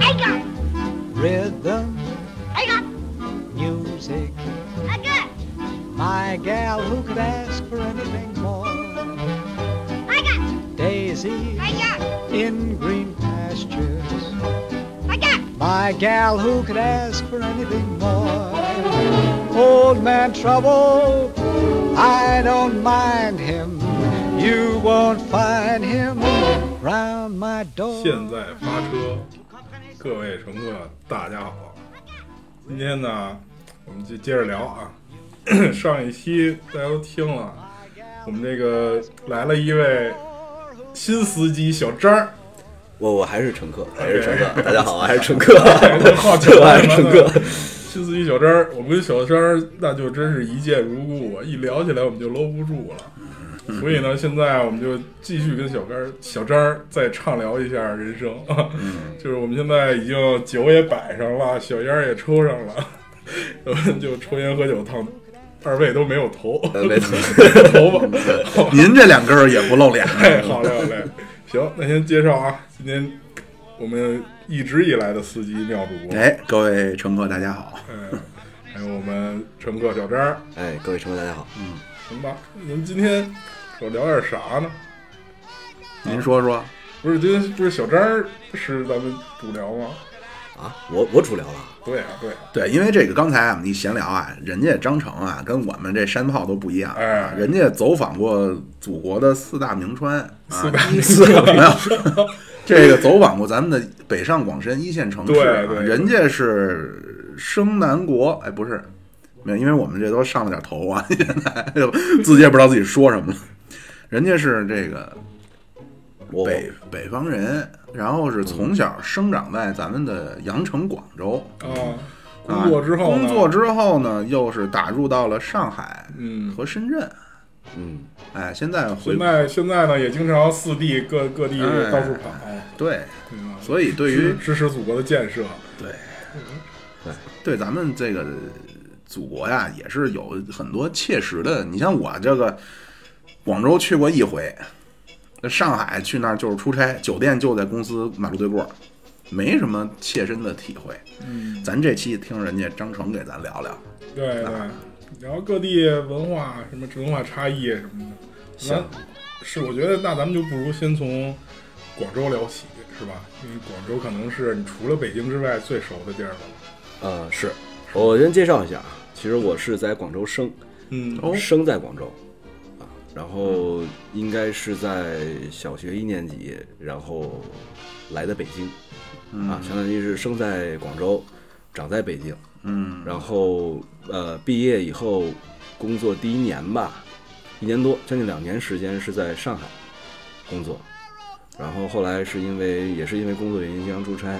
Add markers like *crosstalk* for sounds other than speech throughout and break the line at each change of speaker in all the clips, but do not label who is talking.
I got,
Rhythm,
I got,
music,
I got,
my gal who could ask for anything more.
I got,
Daisy
I got,
in green pastures.
I got,
My gal who could ask for anything more. Old man trouble, I don't mind him. You won't find him round my door.
现在发车，各位乘客，大家好。今天呢，我们就接着聊啊。 *coughs* 上一期大家都听了，我们这个来了一位新司机小张儿，
我我还是乘客，还是乘客。大家好，我还是乘客， *laughs*
好奇 *laughs*
我还是乘客。
新司机小张儿。我们跟小张儿那就真是一见如故啊，一聊起来我们就搂不住了。所以呢，现在我们就继续跟小张儿小张儿再畅聊一下人生。
嗯
*laughs* 就是我们现在已经酒也摆上了，小烟儿也抽上了， *laughs* 我们就抽烟喝酒烫，二位都没有头，
呃没嗯错，
*laughs* 头发。好
*laughs* 您这两根儿也不露脸，
哎，好嘞，好嘞，行，那先介绍啊，今天我们一直以来的司机妙主播，
哎，各位乘客大家好，
嗯，还有我们乘客小张儿，
哎，各位乘客大家好，
行吧？咱们今天我聊点啥呢？
您说说，
不是今天不是小张儿是咱们主聊吗？
啊，我我主聊了，
对啊，对啊，
对，因为这个刚才我们一闲聊啊，人家张成啊跟我们这山炮都不一样，啊
哎
人家走访过祖国的四大名川啊，
四
*laughs* 四大没
*laughs*
有，这个走访过咱们的北上广深一线城市、啊，
对对
人家是生南国，哎，不是，没有，因为我们这都上了点头啊， *laughs* 现在自己也不知道自己说什么了，人家是这个
我
北
哦
北方人，然后是从小生长在咱们的阳城广州。
啊，
啊
工作之后呢，
工作之后呢，又是打入到了上海
嗯。
和深圳。
嗯，
哎，现在回
现在现在呢，也经常四地各各地
哎
到处跑，
对，
对吧？
所以对于
支支持祖国的建设，
对对咱们这个祖国呀，也是有很多切实的。你像我这个广州去过一回，那上海去那儿就是出差，酒店就在公司马路对过，没什么切身的体会。
嗯，
咱这期听人家张成给咱聊聊。
对对，然后各地文化什么文化差异什么的，
行，
那是我觉得那咱们就不如先从广州聊起，是吧？因为广州可能是你除了北京之外最熟的地儿了。
呃，是我先介绍一下啊，其实我是在广州生，
嗯
哦
生在广州，啊，然后应该是在小学一年级，然后来的北京，
嗯
啊，相当于是生在广州，长在北京，
嗯，
然后呃，毕业以后工作第一年吧，一年多，将近两年时间是在上海工作，然后后来是因为也是因为工作原因经常出差，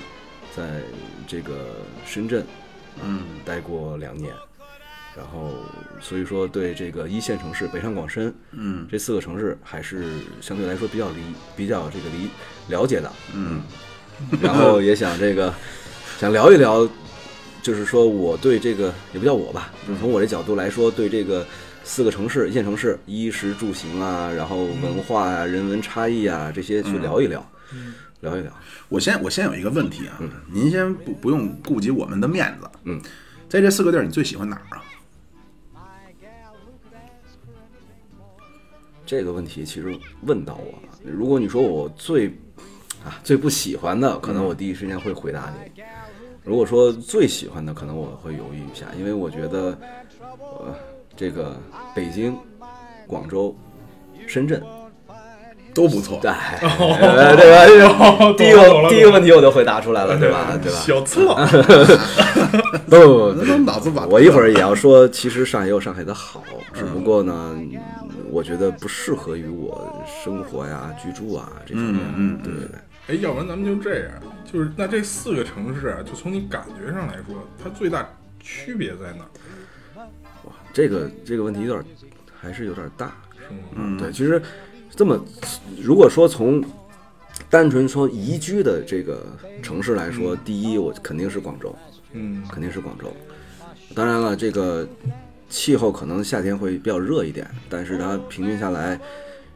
在这个深圳，嗯，待过两年，然后所以说对这个一线城市北上广深，
嗯，
这四个城市还是相对来说比较理比较这个理了解的，嗯，然后也想这个想聊一聊，就是说我对这个也不叫我吧，就是从我这角度来说，对这个四个城市一线城市衣食住行啊，然后文化啊、人文差异啊这些去聊一聊，聊一聊，
我先我先有一个问题啊，您先不不用顾及我们的面子，
嗯，
在这四个地儿你最喜欢哪儿啊？
这个问题其实问到我了。如果你说我最啊最不喜欢的，可能我第一时间会回答你；如果说最喜欢的，可能我会犹豫一下，因为我觉得呃这个北京、广州、深圳，
都不错，
*laughs*
哎，呃这个这
哦懂了
个第一
懂了
个第一个问题我就回答出来了，
对
哦对吧？对吧？
哎小次郎，
不不
那都脑子把
我一会儿也嗯要说，其实上海也有上海的好，只不过呢，我觉得不适合于我生活呀、居住啊这方面。嗯对对对，
哎，要不然咱们就这样，就是那这四个城市啊，就从你感觉上来说，它最大区别在哪儿？
哇，这个这个问题有点，还是有点大。
是吗？
嗯，对，其实这么，如果说从单纯说宜居的这个城市来说，第一我肯定是广州，
嗯
肯定是广州。当然了，这个气候可能夏天会比较热一点，但是它平均下来，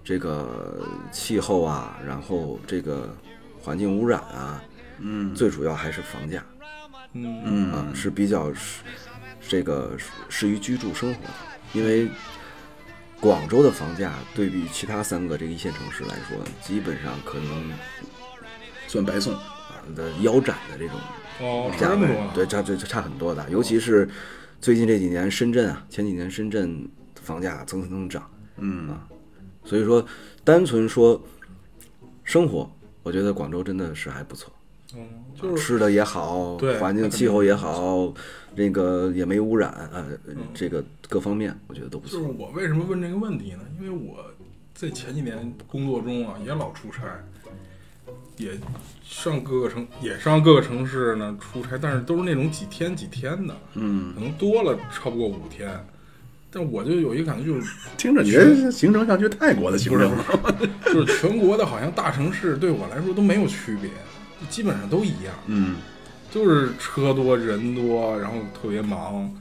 这个气候啊，然后这个环境污染啊，
嗯
最主要还是房价
嗯
啊
嗯，
是比较适这个适适于居住生活的，因为广州的房价对比其他三个这个一线城市来说，基本上可能
算白送。
啊的腰斩的这种
哦，是
价
这么
位
多啊，
对，差就就差很多的。尤其是最近这几年深圳啊，前几年深圳房价蹭蹭蹭涨，
嗯
啊，所以说单纯说生活，我觉得广州真的是还不错，
嗯，就是
吃的也好
对，
环境气候也好，那个也没污染，呃，这个各方面我觉得都不
就是
错。
我为什么问这个问题呢？因为我在前几年工作中啊，也老出差，也上各个城，也上各个城市呢出差，但是都是那种几天几天的，
嗯，
可能多了超不过五天。但我就有一感觉，就是
听着你这行程像去泰国的行程，
就是全国的好像大城市对我来说都没有区别，就基本上都一样。
嗯，
就是车多人多，然后特别忙。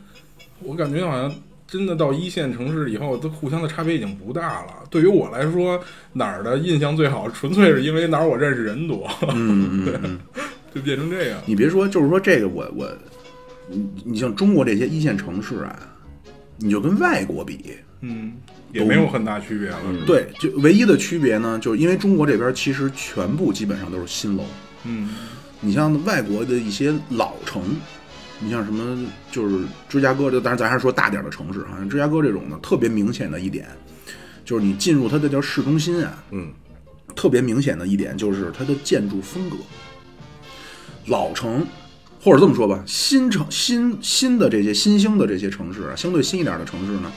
我感觉好像真的到一线城市以后，都互相的差别已经不大了。对于我来说，哪儿的印象最好，纯粹是因为哪儿我认识人多， *laughs*
嗯嗯嗯，
就变成这样。
你别说，就是说这个我我，你你像中国这些一线城市啊，你就跟外国比，
嗯，也没有很大区别了。
嗯
对，就唯一的区别呢，就是因为中国这边其实全部基本上都是新楼，
嗯
你像外国的一些老城，你像什么就是芝加哥，就当然咱还是说大点儿的城市啊，像芝加哥这种呢，特别明显的一点就是你进入它的叫市中心啊，
嗯，
特别明显的一点就是它的建筑风格。老城，或者这么说吧，新城新新的这些新兴的这些城市啊，相对新一点的城市呢，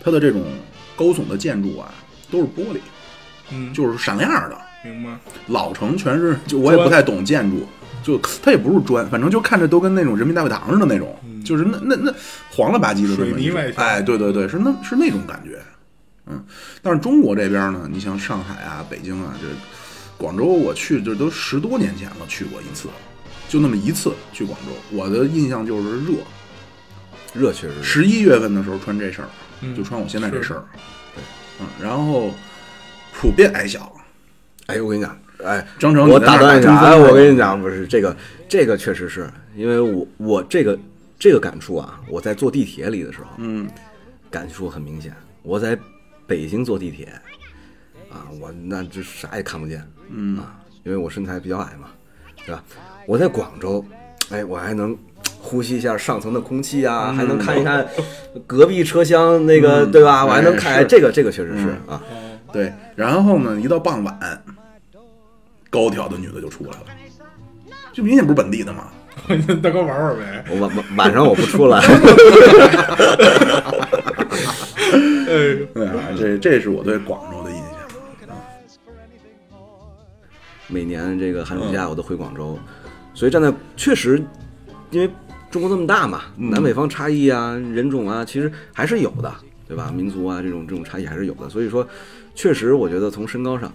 它的这种高耸的建筑啊，都是玻璃，
嗯，
就是闪亮的。
明白。 *laughs*
老城全是，就我也不太懂建筑，就它也不是砖，反正就看着都跟那种人民大会堂似的那种，就是那那那黄了吧唧的那么一
嗯水泥
种
外墙
哎，对对对，是那是那种感觉，嗯。但是中国这边呢，你像上海啊、北京啊，这广州我去这都十多年前了，去过一次，就那么一次去广州，我的印象就是热，
热确实是
十一月份的时候穿这身儿，
嗯
就穿我现在这
是
身儿，嗯，然后普遍矮小，
哎，我跟你讲，哎，
张成，
我
你在
打
那儿
断一下，
中分
哎，
呢
我跟你讲，不是这个，这个确实是因为我我这个这个感触啊，我在坐地铁里的时候，
嗯。
感触很明显。我在北京坐地铁，啊，我那这啥也看不见，嗯啊，因为我身材比较矮嘛，对吧？我在广州，哎，我还能呼吸一下上层的空气啊，
嗯
还能看一看隔壁车厢那个，对吧？我还能看，
哎
哎
是嗯
这个这个确实是、啊，
对，然后呢，一到傍晚，高挑的女的就出来了，就明显不是本地的嘛。
大哥玩玩呗。
我晚晚晚上我不出来， *laughs*
哎，
对啊，这这是我对广州的印象。
每年这个寒暑
嗯
假我都回广州，所以站在确实，因为中国这么大嘛，
嗯
南北方差异啊、人种啊，其实还是有的，对吧？民族啊这种这种差异还是有的，所以说，确实我觉得从身高上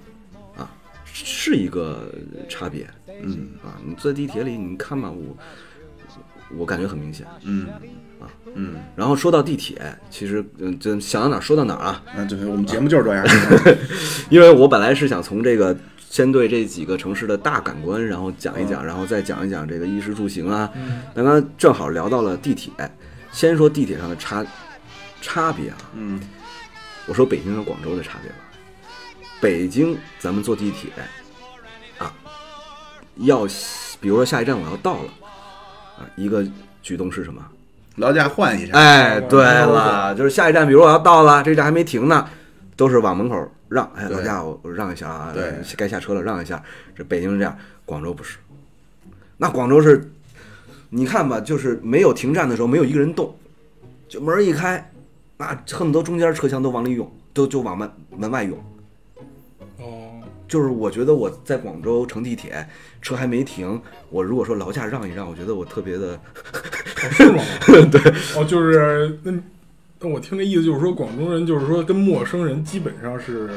啊是一个差别，嗯啊，你坐地铁里你看吧，我我感觉很明显。啊
嗯，嗯，
然后说到地铁，其实嗯，这想到哪儿说到哪儿啊，
那就是我们节目就是这样。嗯
因为我本来是想从这个先对这几个城市的大感官，然后讲一讲，然后再讲一讲这个衣食住行啊。那刚刚正好聊到了地铁，先说地铁上的差差别啊。
嗯，
我说北京和广州的差别吧。北京咱们坐地铁啊，要比如说下一站我要到了啊，一个举动是什么？
劳驾换一下。
哎，对了，就是下一站，比如我要到了，这站还没停呢，都是往门口让。哎，
对
老家我我让一下啊，
对
该下车了让一下。这北京是这样，广州不是。那广州是，你看吧，就是没有停站的时候，没有一个人动，就门一开，那恨不得中间车厢都往里涌，都就往门门外涌。
哦，
就是我觉得我在广州乘地铁，车还没停，我如果说劳驾让一让，我觉得我特别的，
哦是吗？对，哦，就是那那我听这意思就是说，广州人就是说跟陌生人基本上是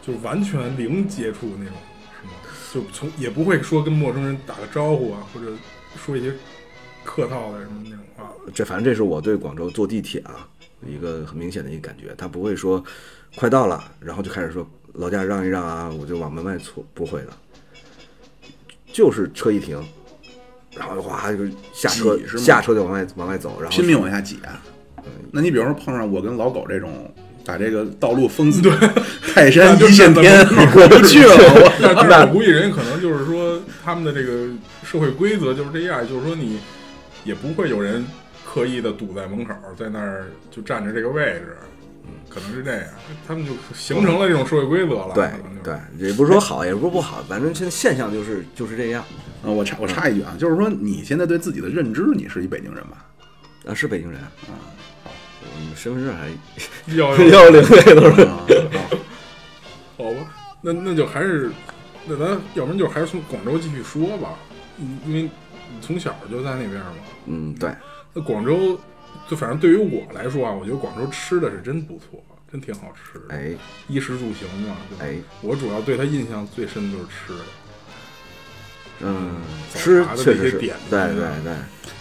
就是完全零接触那种，是吗？就从也不会说跟陌生人打个招呼啊，或者说一些客套的什么那种话。
这反正这是我对广州坐地铁啊一个很明显的一个感觉，他不会说快到了，然后就开始说劳驾让一让啊，我就往门外错，不会的，就是车一停，然后哗就是下车
挤是吗
下车就往外往外走，然后
拼命往下挤啊。那你比如说碰上我跟老狗这种，把这个道路封死，泰山一线天过不去
*laughs*
了，我
但但是我估计人可能就是说他们的这个社会规则就是这样，就是说你也不会有人刻意的堵在门口，在那儿就占着这个位置，
嗯
可能是这样，他们就形成了这种社会规则了。
对
可能就是
对，也不是说好，也不是不好，反正现在现象就是就是这样
啊我插我插一句啊，就是说你现在对自己的认知，你是一北京人吧？
啊，是北京人啊，我们身份证还
要
*laughs* 幺零那都是
啊，
好吧，那那就还是，那咱要不然就还是从广州继续说吧，嗯因为你从小就在那边嘛。
嗯对，
那广州，就反正对于我来说啊，我觉得广州吃的是真不错，真挺好吃的。
哎
衣食住行嘛，对吧？
哎
我主要对他印象最深就是吃的，
嗯，吃
早茶的
确
这
实
些
是，对
点子
对
啊
对，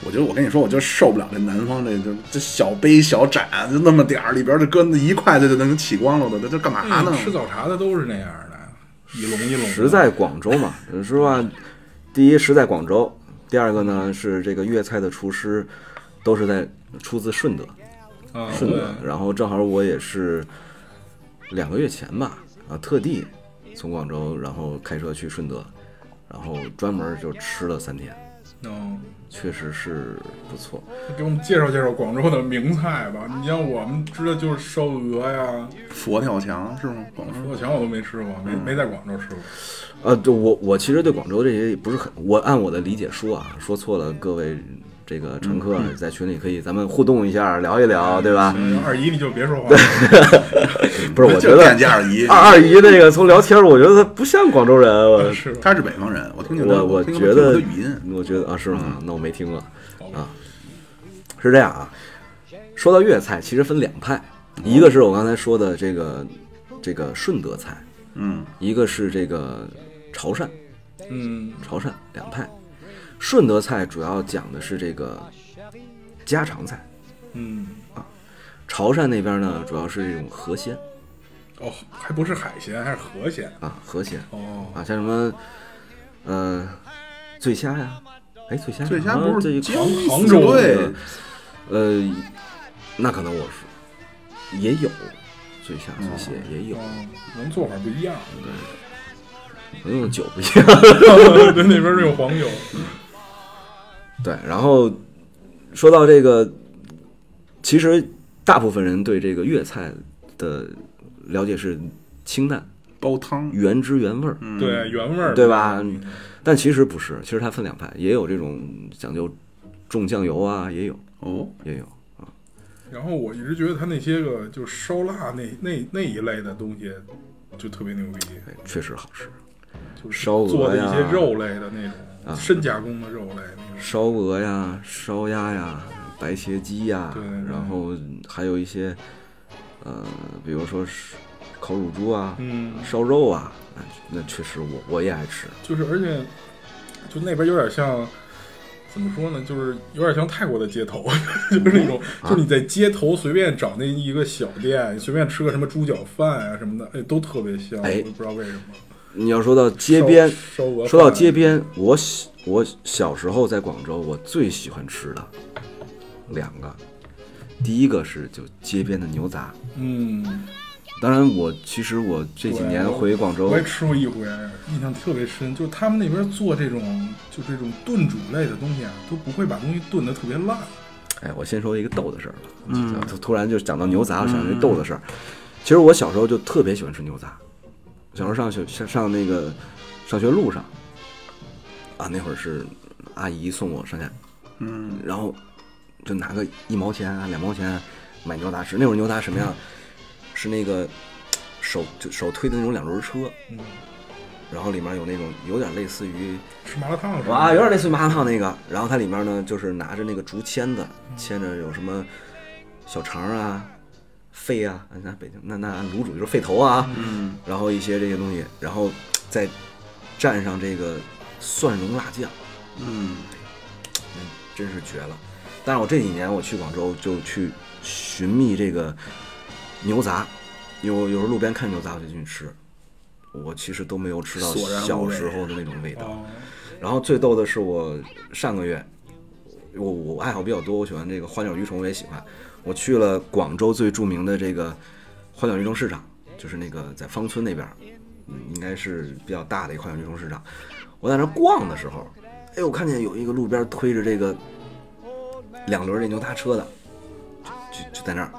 我就我跟你说，我就受不了这南方这这这小杯小盏，就那么点儿，里边儿就搁那一筷子就能起光了的，这这干嘛呢
嗯？吃早茶的都是那样的，一笼一笼的。
实在广州嘛， *laughs* 实话，第一实在广州，第二个呢是这个粤菜的厨师都是在出自顺德，
啊，
顺
对
德，然后正好我也是两个月前吧，啊，特地从广州然后开车去顺德，然后专门就吃了三天，
嗯，
确实是不错。
给我们介绍介绍广州的名菜吧。你像我们知道就是烧鹅呀，
佛跳墙是吗？广
佛跳
州
墙我都没吃过，没
嗯
没在广州吃过。
呃，对我我其实对广州这些也不是很，我按我的理解说啊，说错了，各位这个乘客在群里可以咱们互动一下，聊一聊，对吧？
二姨你就别说话了，
不是，我觉
就
得啊
店家而已。
二二姨那个从聊天儿，我觉得她不像广州人， *laughs* 我
是吧？
他是北方人，我听见
我
我
我
听
觉
他
得
的语音，，嗯
我觉得啊是吗？那我没听过
好吧
啊。是这样啊，说到粤菜，其实分两派，
哦
一个是我刚才说的这个这个顺德菜，
嗯，
一个是这个潮汕
嗯，
潮汕两派。顺德菜主要讲的是这个家常菜，
嗯，
潮汕那边呢主要是这种河鲜
哦，还不是海鲜，还是河鲜。
啊，河鲜
哦，
啊，像什么呃醉虾呀，哎醉虾
醉虾
好像
不是
这一
江
款
苏
杭州
对
的呃，那可能我是也有醉虾醉蟹也有，
哦，能做法不一
*laughs*
样。
可能用的酒不一样。 *laughs*
对，那边儿有黄油。
对，然后说到这个，其实大部分人对这个粤菜的了解是清淡、
煲汤，
原汁原味儿，
嗯，
对，原味儿，
对吧？嗯但其实不是，其实它分两派，也有这种讲究重酱油啊，也有
哦，
也有。
然后我一直觉得他那些个就是烧腊那那那一类的东西，就特别牛逼，
哎确实好吃，
就是
烧鹅
做的一些
呀啊
肉类的那种深加工的肉类那种。
烧鹅呀、烧鸭呀、白切鸡呀
对对，对
然后还有一些，呃，比如说是烤乳猪啊、
嗯，
烧肉啊，哎那确实我我也爱吃。
就是而且就那边有点像。怎么说呢？就是有点像泰国的街头， *laughs* 就是那种，
啊
就是你在街头随便找那一个小店，你随便吃个什么猪脚饭啊什么的，哎，都特别香。
哎
我也不知道为什么。
你要说到街边，
烧烧鹅饭
说到街边，我喜我小时候在广州，我最喜欢吃的两个，第一个是就街边的牛杂。
嗯，
当然我，其实我这几年
对
回广州
我也吃过一回，啊印象特别深。就是他们那边做这种就这种炖煮类的东西啊，都不会把东西炖的特别烂。
哎，我先说一个逗的事儿吧。嗯，突突然就讲到牛杂，我想到一逗的事儿。其实我小时候就特别喜欢吃牛杂，小时候上学上上那个上学路上，啊，那会儿是阿姨送我上下，
嗯，
然后就拿个一毛钱啊、两毛钱啊买牛杂吃。那会儿牛杂什么样？是那个手就手推的那种两轮车，
嗯，
然后里面有那种有点类似于
吃麻辣烫是吧？
哇，有点类似于麻辣烫那个。然后它里面呢，就是拿着那个竹签子，签着有什么小肠啊、肺啊，那北京那那按卤煮就是肺头啊，嗯，然后一些这些东西，然后再蘸上这个蒜蓉辣酱，
嗯，
真是绝了。但是我这几年我去广州就去寻觅这个牛杂，有有时候路边看牛杂我就进去吃，我其实都没有吃到
索然无
小
味
时候的那种味道。
哦，
然后最逗的是我上个月，我我爱好比较多，我喜欢这个花鸟鱼虫，我也喜欢。我去了广州最著名的这个花鸟鱼虫市场，就是那个在芳村那边儿，嗯应该是比较大的一个花鸟鱼虫市场。我在那儿逛的时候，哎，我看见有一个路边推着这个两轮那牛踏车的，就就就在那儿。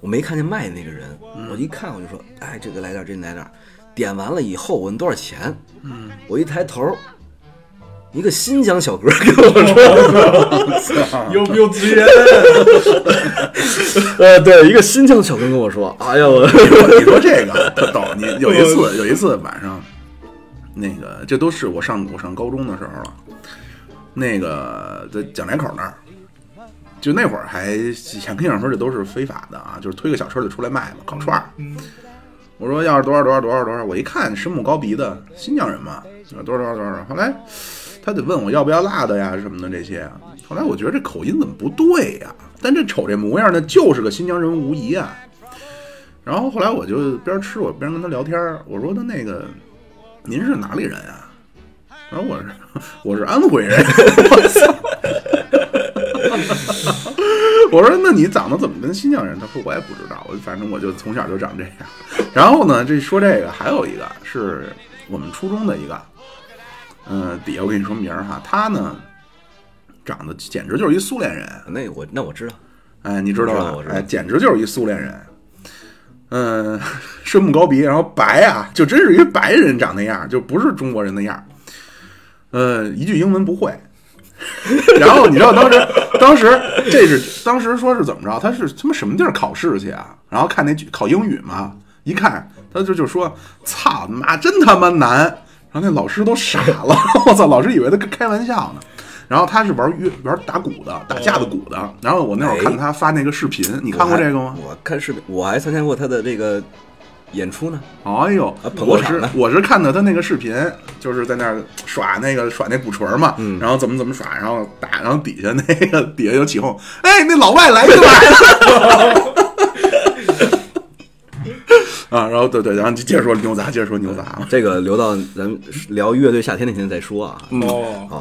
我没看见卖的那个人，我一看我就说，哎，这个来点儿，这个来点儿。点完了以后，我问多少钱，嗯，我一抬头，一个新疆小哥给我
有没有资 *laughs* 源？
呃，对，一个新疆小哥跟我说：“哎呀，我
你说这个特逗，你有一次有一次晚上，那个这都是我上我上高中的时候了，那个在蒋连口那儿，就那会儿还想跟你说这都是非法的啊，就是推个小车就出来卖嘛，烤串儿。我说要是多少多少多少多少，我一看深目高鼻的新疆人嘛，多少多少多少。后来他得问我要不要辣的呀什么的这些，后来我觉得这口音怎么不对呀？但这瞅这模样呢，就是个新疆人无疑啊。然后后来我就边吃我边跟他聊天儿，我说他那个您是哪里人啊？他说我是我是安徽人。我操！我说那你长得怎么跟新疆人？他说我也不知道，我反正我就从小就长这样。然后呢，这说这个还有一个是我们初中的一个，嗯、底下我跟你说名儿哈，他呢长得简直就是一苏联人，
*laughs* 那我那我知道，
哎，你知道
我知
吧
道我知道
哎，简直就是一苏联人。嗯，深目高鼻，然后白啊，就真是一白人长那样，就不是中国人那样。呃，一句英文不会。 *laughs* 然后你知道当时，当时这是当时说是怎么着？他是他妈什么地儿考试去啊？然后看那句考英语嘛，一看他就就说：“操你妈，真他妈难！”然后那老师都傻了，我操，老师以为他开玩笑呢。然后他是玩乐玩打鼓的，打架子鼓的。然后我那会儿看他发那个视频，你看过这个吗？
我还我看视频，我还参加过他的这个演出呢。
哎呦，
啊捧过
我
场
是
呢
我是看到他那个视频，就是在那儿耍那个耍那鼓槌儿嘛，
嗯
然后怎么怎么耍，然后打，然后底下那个底下有起哄，哎，那老外来就来了。
*laughs*
*laughs* 啊，然后对对，然后你接着说牛杂，接着说牛杂啊，
这个留到咱们聊乐队夏天那天再说啊。
哦，
啊，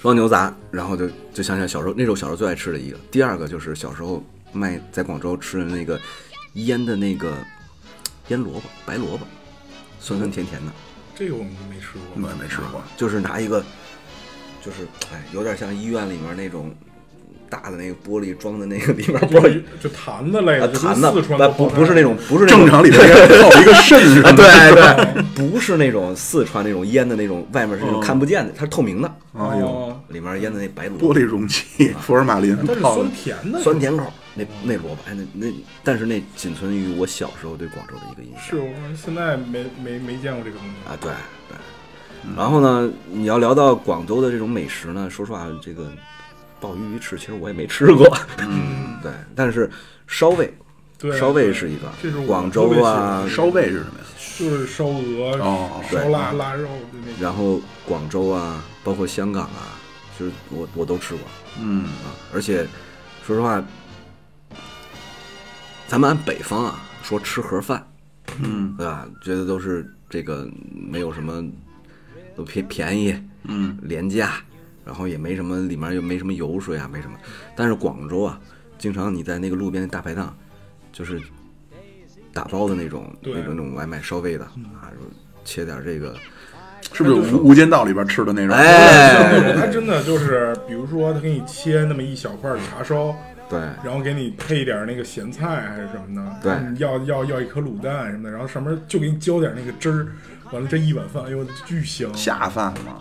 说到牛杂，然后就就想起来小时候，那是我小时候最爱吃的一个。第二个就是小时候卖在广州吃的那个腌的那个腌萝卜，白萝卜，酸酸甜甜的，
这个我们没吃过。
嗯
我也没吃过。
就是拿一个，就是哎，有点像医院里面那种大的那个玻璃装的那个里面不知道
*laughs* 就就坛子类
啊，
的，就跟
坛子
四川
不
的嗯
不不是那种，不是那种
正常里边应该套一个肾什
啊，
么的，
对对，
*laughs*
不是那种四川那种腌的那种，外面是那种看不见的，它是透明的，
哎呦，
哦，
里面腌的那白萝
玻
卜，
璃容器，福尔马林
它啊是
泡的
酸
啊
甜的，
酸甜口，那那萝卜，哎，那那，但是那仅存于我小时候对广州的一个印象。
是，我现在没没没见过这个东西。
啊，对对。然后呢，你要聊到广州的这种美食呢，说实话，这个鲍鱼鱼翅其实我也没吃过，嗯， *laughs* 对，但是烧味，
对，啊
烧味是一个
这是我
广州
特
啊
别喜欢吃
烧味是什么呀？
就是烧鹅、
哦
烧腊、腊肉的那种。
然后广州啊，包括香港啊，就是我我都吃过，
嗯，
而且说实话，咱们按北方啊说吃盒饭，嗯，对吧？觉得都是这个没有什么，都便便宜，嗯，廉价，然后也没什么里面又没什么油水啊，没什么。但是广州啊，经常你在那个路边的大排档，就是打包的那种那
对
种那种外卖烧味的啊，然后切点这个，
是不是有《无无间道》里边吃的那种？ *laughs*
那种
哎，
它真的就是，比如说他给你切那么一小块叉烧，
对
然后给你配一点那个咸菜还是什么的，
对
嗯要要要一颗卤蛋什么的，然后上面就给你浇点那个汁儿，完了这一碗饭，哎呦巨香。
下饭嘛，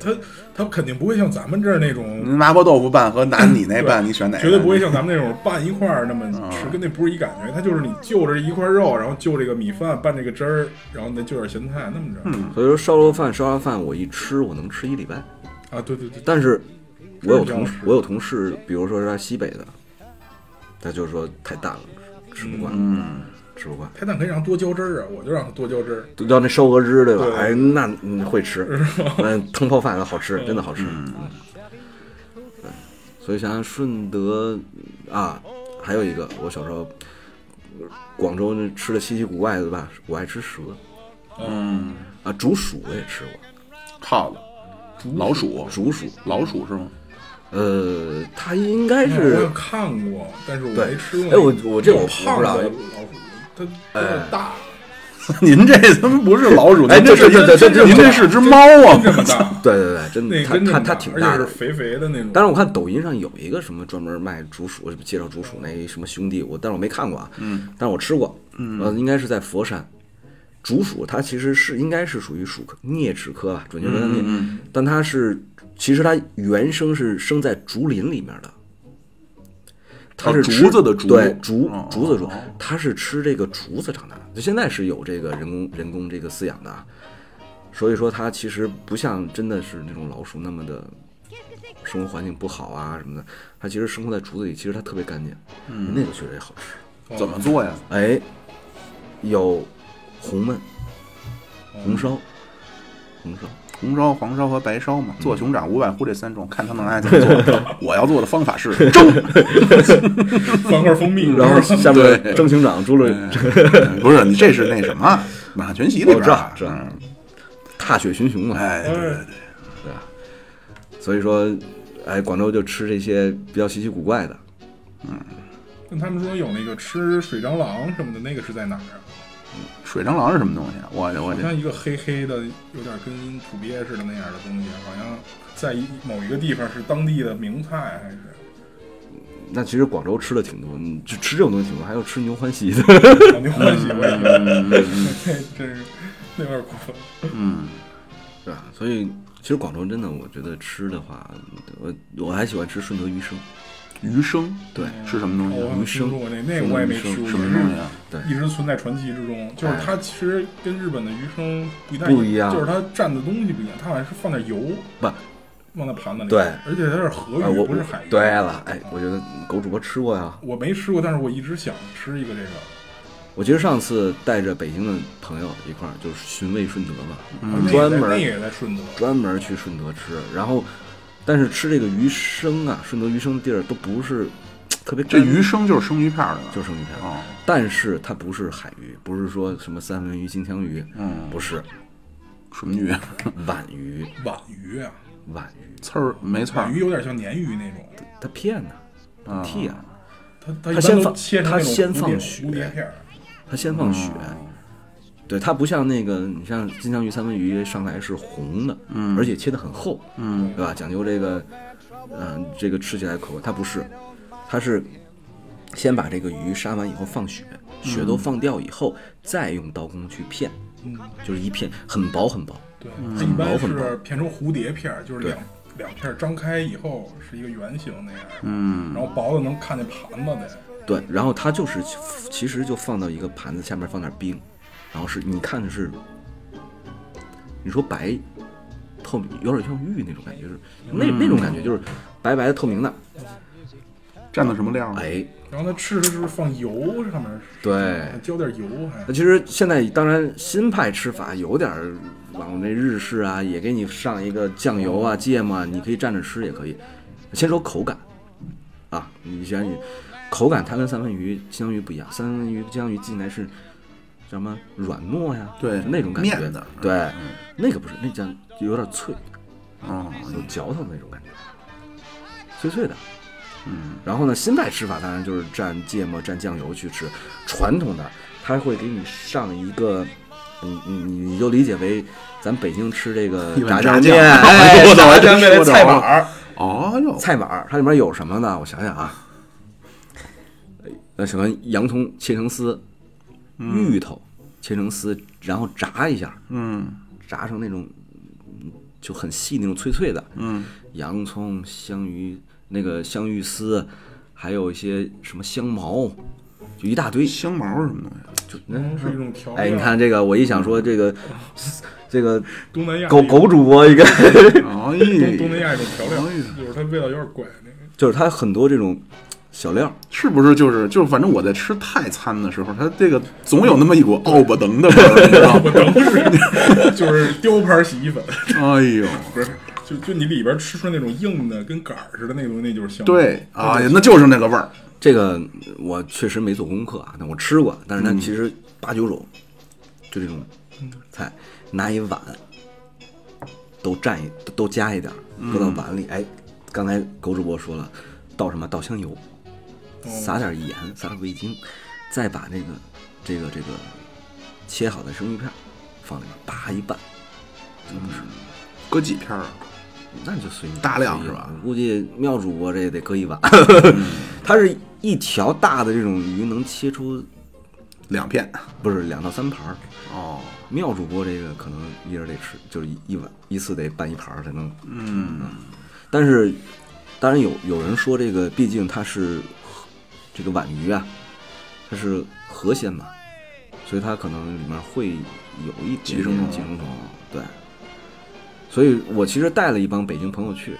它它肯定不会像咱们这儿那种，
麻婆豆腐拌和拿你那拌，你选哪个？
绝对不会像咱们那种拌一块儿那么
嗯
吃，跟那不是一感觉。它就是你就着一块肉，然后就这个米饭拌这个汁儿，然后再就点咸菜那么着。
所以说烧肉饭、烧鸭饭，我一吃我能吃一礼拜。
啊，对对对，
但是
是
我有
比较
同
实
我有同事，比如说是在西北的，他就说太淡了，吃不惯，嗯，吃不惯。
太淡可以让它多浇汁儿啊，我就让它多浇汁儿。
就叫那烧鹅汁对吧？
对
哎，那你会
*laughs*
吃，嗯，汤泡饭好吃，真的好吃。嗯，对，所以想想顺德啊，还有一个我小时候呃广州那吃的稀奇古怪的吧，我爱吃蛇
嗯，
啊，竹鼠我也吃过，
耗子、老
哦
鼠、
竹鼠，
老鼠是吗？
呃，它应该
嗯我
是
有看过，但是我
对
没吃过。
哎我我这我
有
我
胖
不知道哎
的老鼠，它它有点大，
*laughs* 您这他妈不是老鼠，
哎
您这
对对对
是
对对
您这是只猫啊
真！这么大，
对对对，真
那
的，它
真这
它
么
它
大，
挺
而
大
且是
的。
肥肥的那
嗯
种。
但是我看抖音上有一个什么专门卖竹鼠，什么介绍竹鼠那一什么兄弟，我但是我没看过啊，嗯，但是我吃过，嗯，呃，应该是在佛山，竹鼠它其实是应该是属于鼠科啮齿科吧，准确
嗯
说它啮，但它是其实它原生是生在竹林里面的，它
哦
是
竹
吃
子的竹
对竹
哦
竹子竹，它是吃这个竹子长大的，就现在是有这个人工人工这个饲养的啊，所以说它其实不像真的是那种老鼠那么的生活环境不好啊什么的，它其实生活在竹子里，其实它特别干净，嗯，那个确实也好吃。
怎么做呀？
哎，有红焖、
嗯
红烧、红
*laughs*
烧，
红烧、黄烧和白烧嘛，做熊掌五百糊这三种，看他们爱怎么做。我要做的方法是蒸，
放块蜂蜜，
嗯然后下
对嗯
面蒸熊掌、猪肉、
不是你这是那什么满汉全席里边儿啊
我知道知道
嗯
踏雪寻熊嘛。
哎，对对对，
所以说，哎，广州就吃这些比较稀奇古怪的。
但他们说有那个吃水蟑螂什么的，那个是在哪儿啊？
水蟑螂是什么东西啊？我我
好像一个黑黑的，有点跟土鳖似的那样的东西，好像在一某一个地方是当地的名菜，还是
*laughs* 那其实广州吃的挺多，嗯就吃这种东西挺多，还有吃牛欢
*laughs*
喜的。
肯定欢
嗯
喜我也觉得，这 *laughs* 真是那有点过分。
嗯，
对吧？所以其实广州真的，我觉得吃的话，我我还喜欢吃顺德鱼生。
鱼生
对
是什么东西
哦我好
啊？
像听说过那那个我也没吃过，
什么东西啊？
对哎
一直存在传奇之中。就是它其实跟日本的鱼生不太
不一样
就是它蘸的东西不一样，它好像是放点油
不，
放在盘子里，
对
而且它是河
啊，
鱼，
我
不是海鱼。
对了，哎，我觉得狗主播吃过呀。
我没吃过，但是我一直想吃一个这个，
我其实上次带着北京的朋友一块儿，就是寻味顺德嘛，
嗯
啊
那
嗯专
也在那
门
也在顺德，
专门去顺德吃，然后但是吃这个鱼生啊，顺德鱼生的地儿都不是特别
这
干
鱼生就是生鱼片儿的吧，
就是生鱼片，
哦，
但是它不是海鱼，不是说什么三文鱼、金枪鱼，
嗯
不
*laughs*
是
什么鱼？啊
皖鱼，
皖鱼啊，
皖鱼，
*laughs* 刺儿没
啊
刺
皖
儿
鱼有点像鲶鱼那种。
它片呢、
啊
屉啊，
它它
它
一
先
般都
放
切成
它
那种
先
蝴蝶
放血
蝴蝶片儿，
它先放血，对，它不像那个你像金枪鱼、三文鱼上来是红的，嗯，而且切得很厚，嗯，对吧？讲究这个，嗯、这个吃起来口感，它不是，它是先把这个鱼杀完以后放血，血都放掉以后，再用刀工去片，就是一片很薄很薄，
对，它一般
薄很薄
是片成蝴蝶片儿，就是
嗯对
两两片儿张开以后是一个圆形那样，
嗯，
然后薄的能看见盘子的。
对，然后它就是其实就放到一个盘子下面放点冰，然后是你看的是，你说白透明，有点像玉那种感觉，就是那、那种感觉就是白白的透明的，
蘸的什么料啊？
哎，
然后它吃的时候放油上面是，
对
还浇点油还
那。其实现在当然新派吃法有点儿往那日式啊，也给你上一个酱油
哦
啊、芥末啊，你可以蘸着吃也可以。先说口感啊，你想你口感它跟三文鱼、金枪鱼不一样，三文鱼、金枪鱼进来是叫什么软糯呀，
对
就那种感觉，
面的嗯
对，那个不是，那叫有点脆，
哦，
有嚼头的那种感觉，脆脆的。嗯，然后呢，新派吃法当然就是蘸芥末、蘸酱油去吃，传统的它会给你上一个，你你你你就理解为咱北京吃这个
一碗
炸
炸
酱
酱 *laughs*
面，哎，
我懂
炸
了
酱面
这
的
说
菜
懂
板
了
儿，哎
哦哟，
菜板儿它里面有什么呢？我想想啊，呃，什么洋葱切成丝，芋头切成丝，然后炸一下，
嗯
炸成那种嗯就很细那种脆脆的，
嗯，
洋葱、香芋那个香芋丝，还有一些什么香茅，就一大堆。
香茅是什么东西？
就
可能是一种调料。
哎，你看这个，我一想说这个，这个
东南亚
狗
一
狗主播应该
东
*laughs* 哎，
*laughs* 东南亚一种调料
哎呀，
就是它味道有点怪那个。
*laughs* 就是它很多这种小料儿，
是不是就是就是，反正我在吃泰餐的时候，它这个总有那么一股奥不登的味儿，你知道
我
吗？
等是就是雕牌洗衣粉，
*laughs*
*laughs*
哎呦，
不是就就你里边吃出那种硬的跟杆儿似的那种，那就是香。
对，哎呀，那就是那个味儿。
这个我确实没做功课啊，但我吃过，但是它
嗯
其实八九种，就这种菜，拿一碗，都蘸一都加一点儿，
嗯
搁到碗里。哎，刚才狗主播说了，倒什么？倒香油，
哦
撒点盐，撒点味精，再把那个这个这个切好的生鱼片儿放里面，叭一拌，
搁几片儿啊？
那就随你
大量是吧嗯
我估计妙主播这也得搁一碗， *laughs* 它是一条大的这种鱼能切出
两片。
不是两到三盘儿。
哦，
妙主播这个可能一人得吃，就是一一碗一次得拌一盘儿才能。
嗯，
但是，当然有有人说这个，毕竟它是和这个皖鱼啊，它是河鲜嘛，所以它可能里面会有一
寄
点
生虫
点寄生虫。对，所以我其实带了一帮北京朋友去，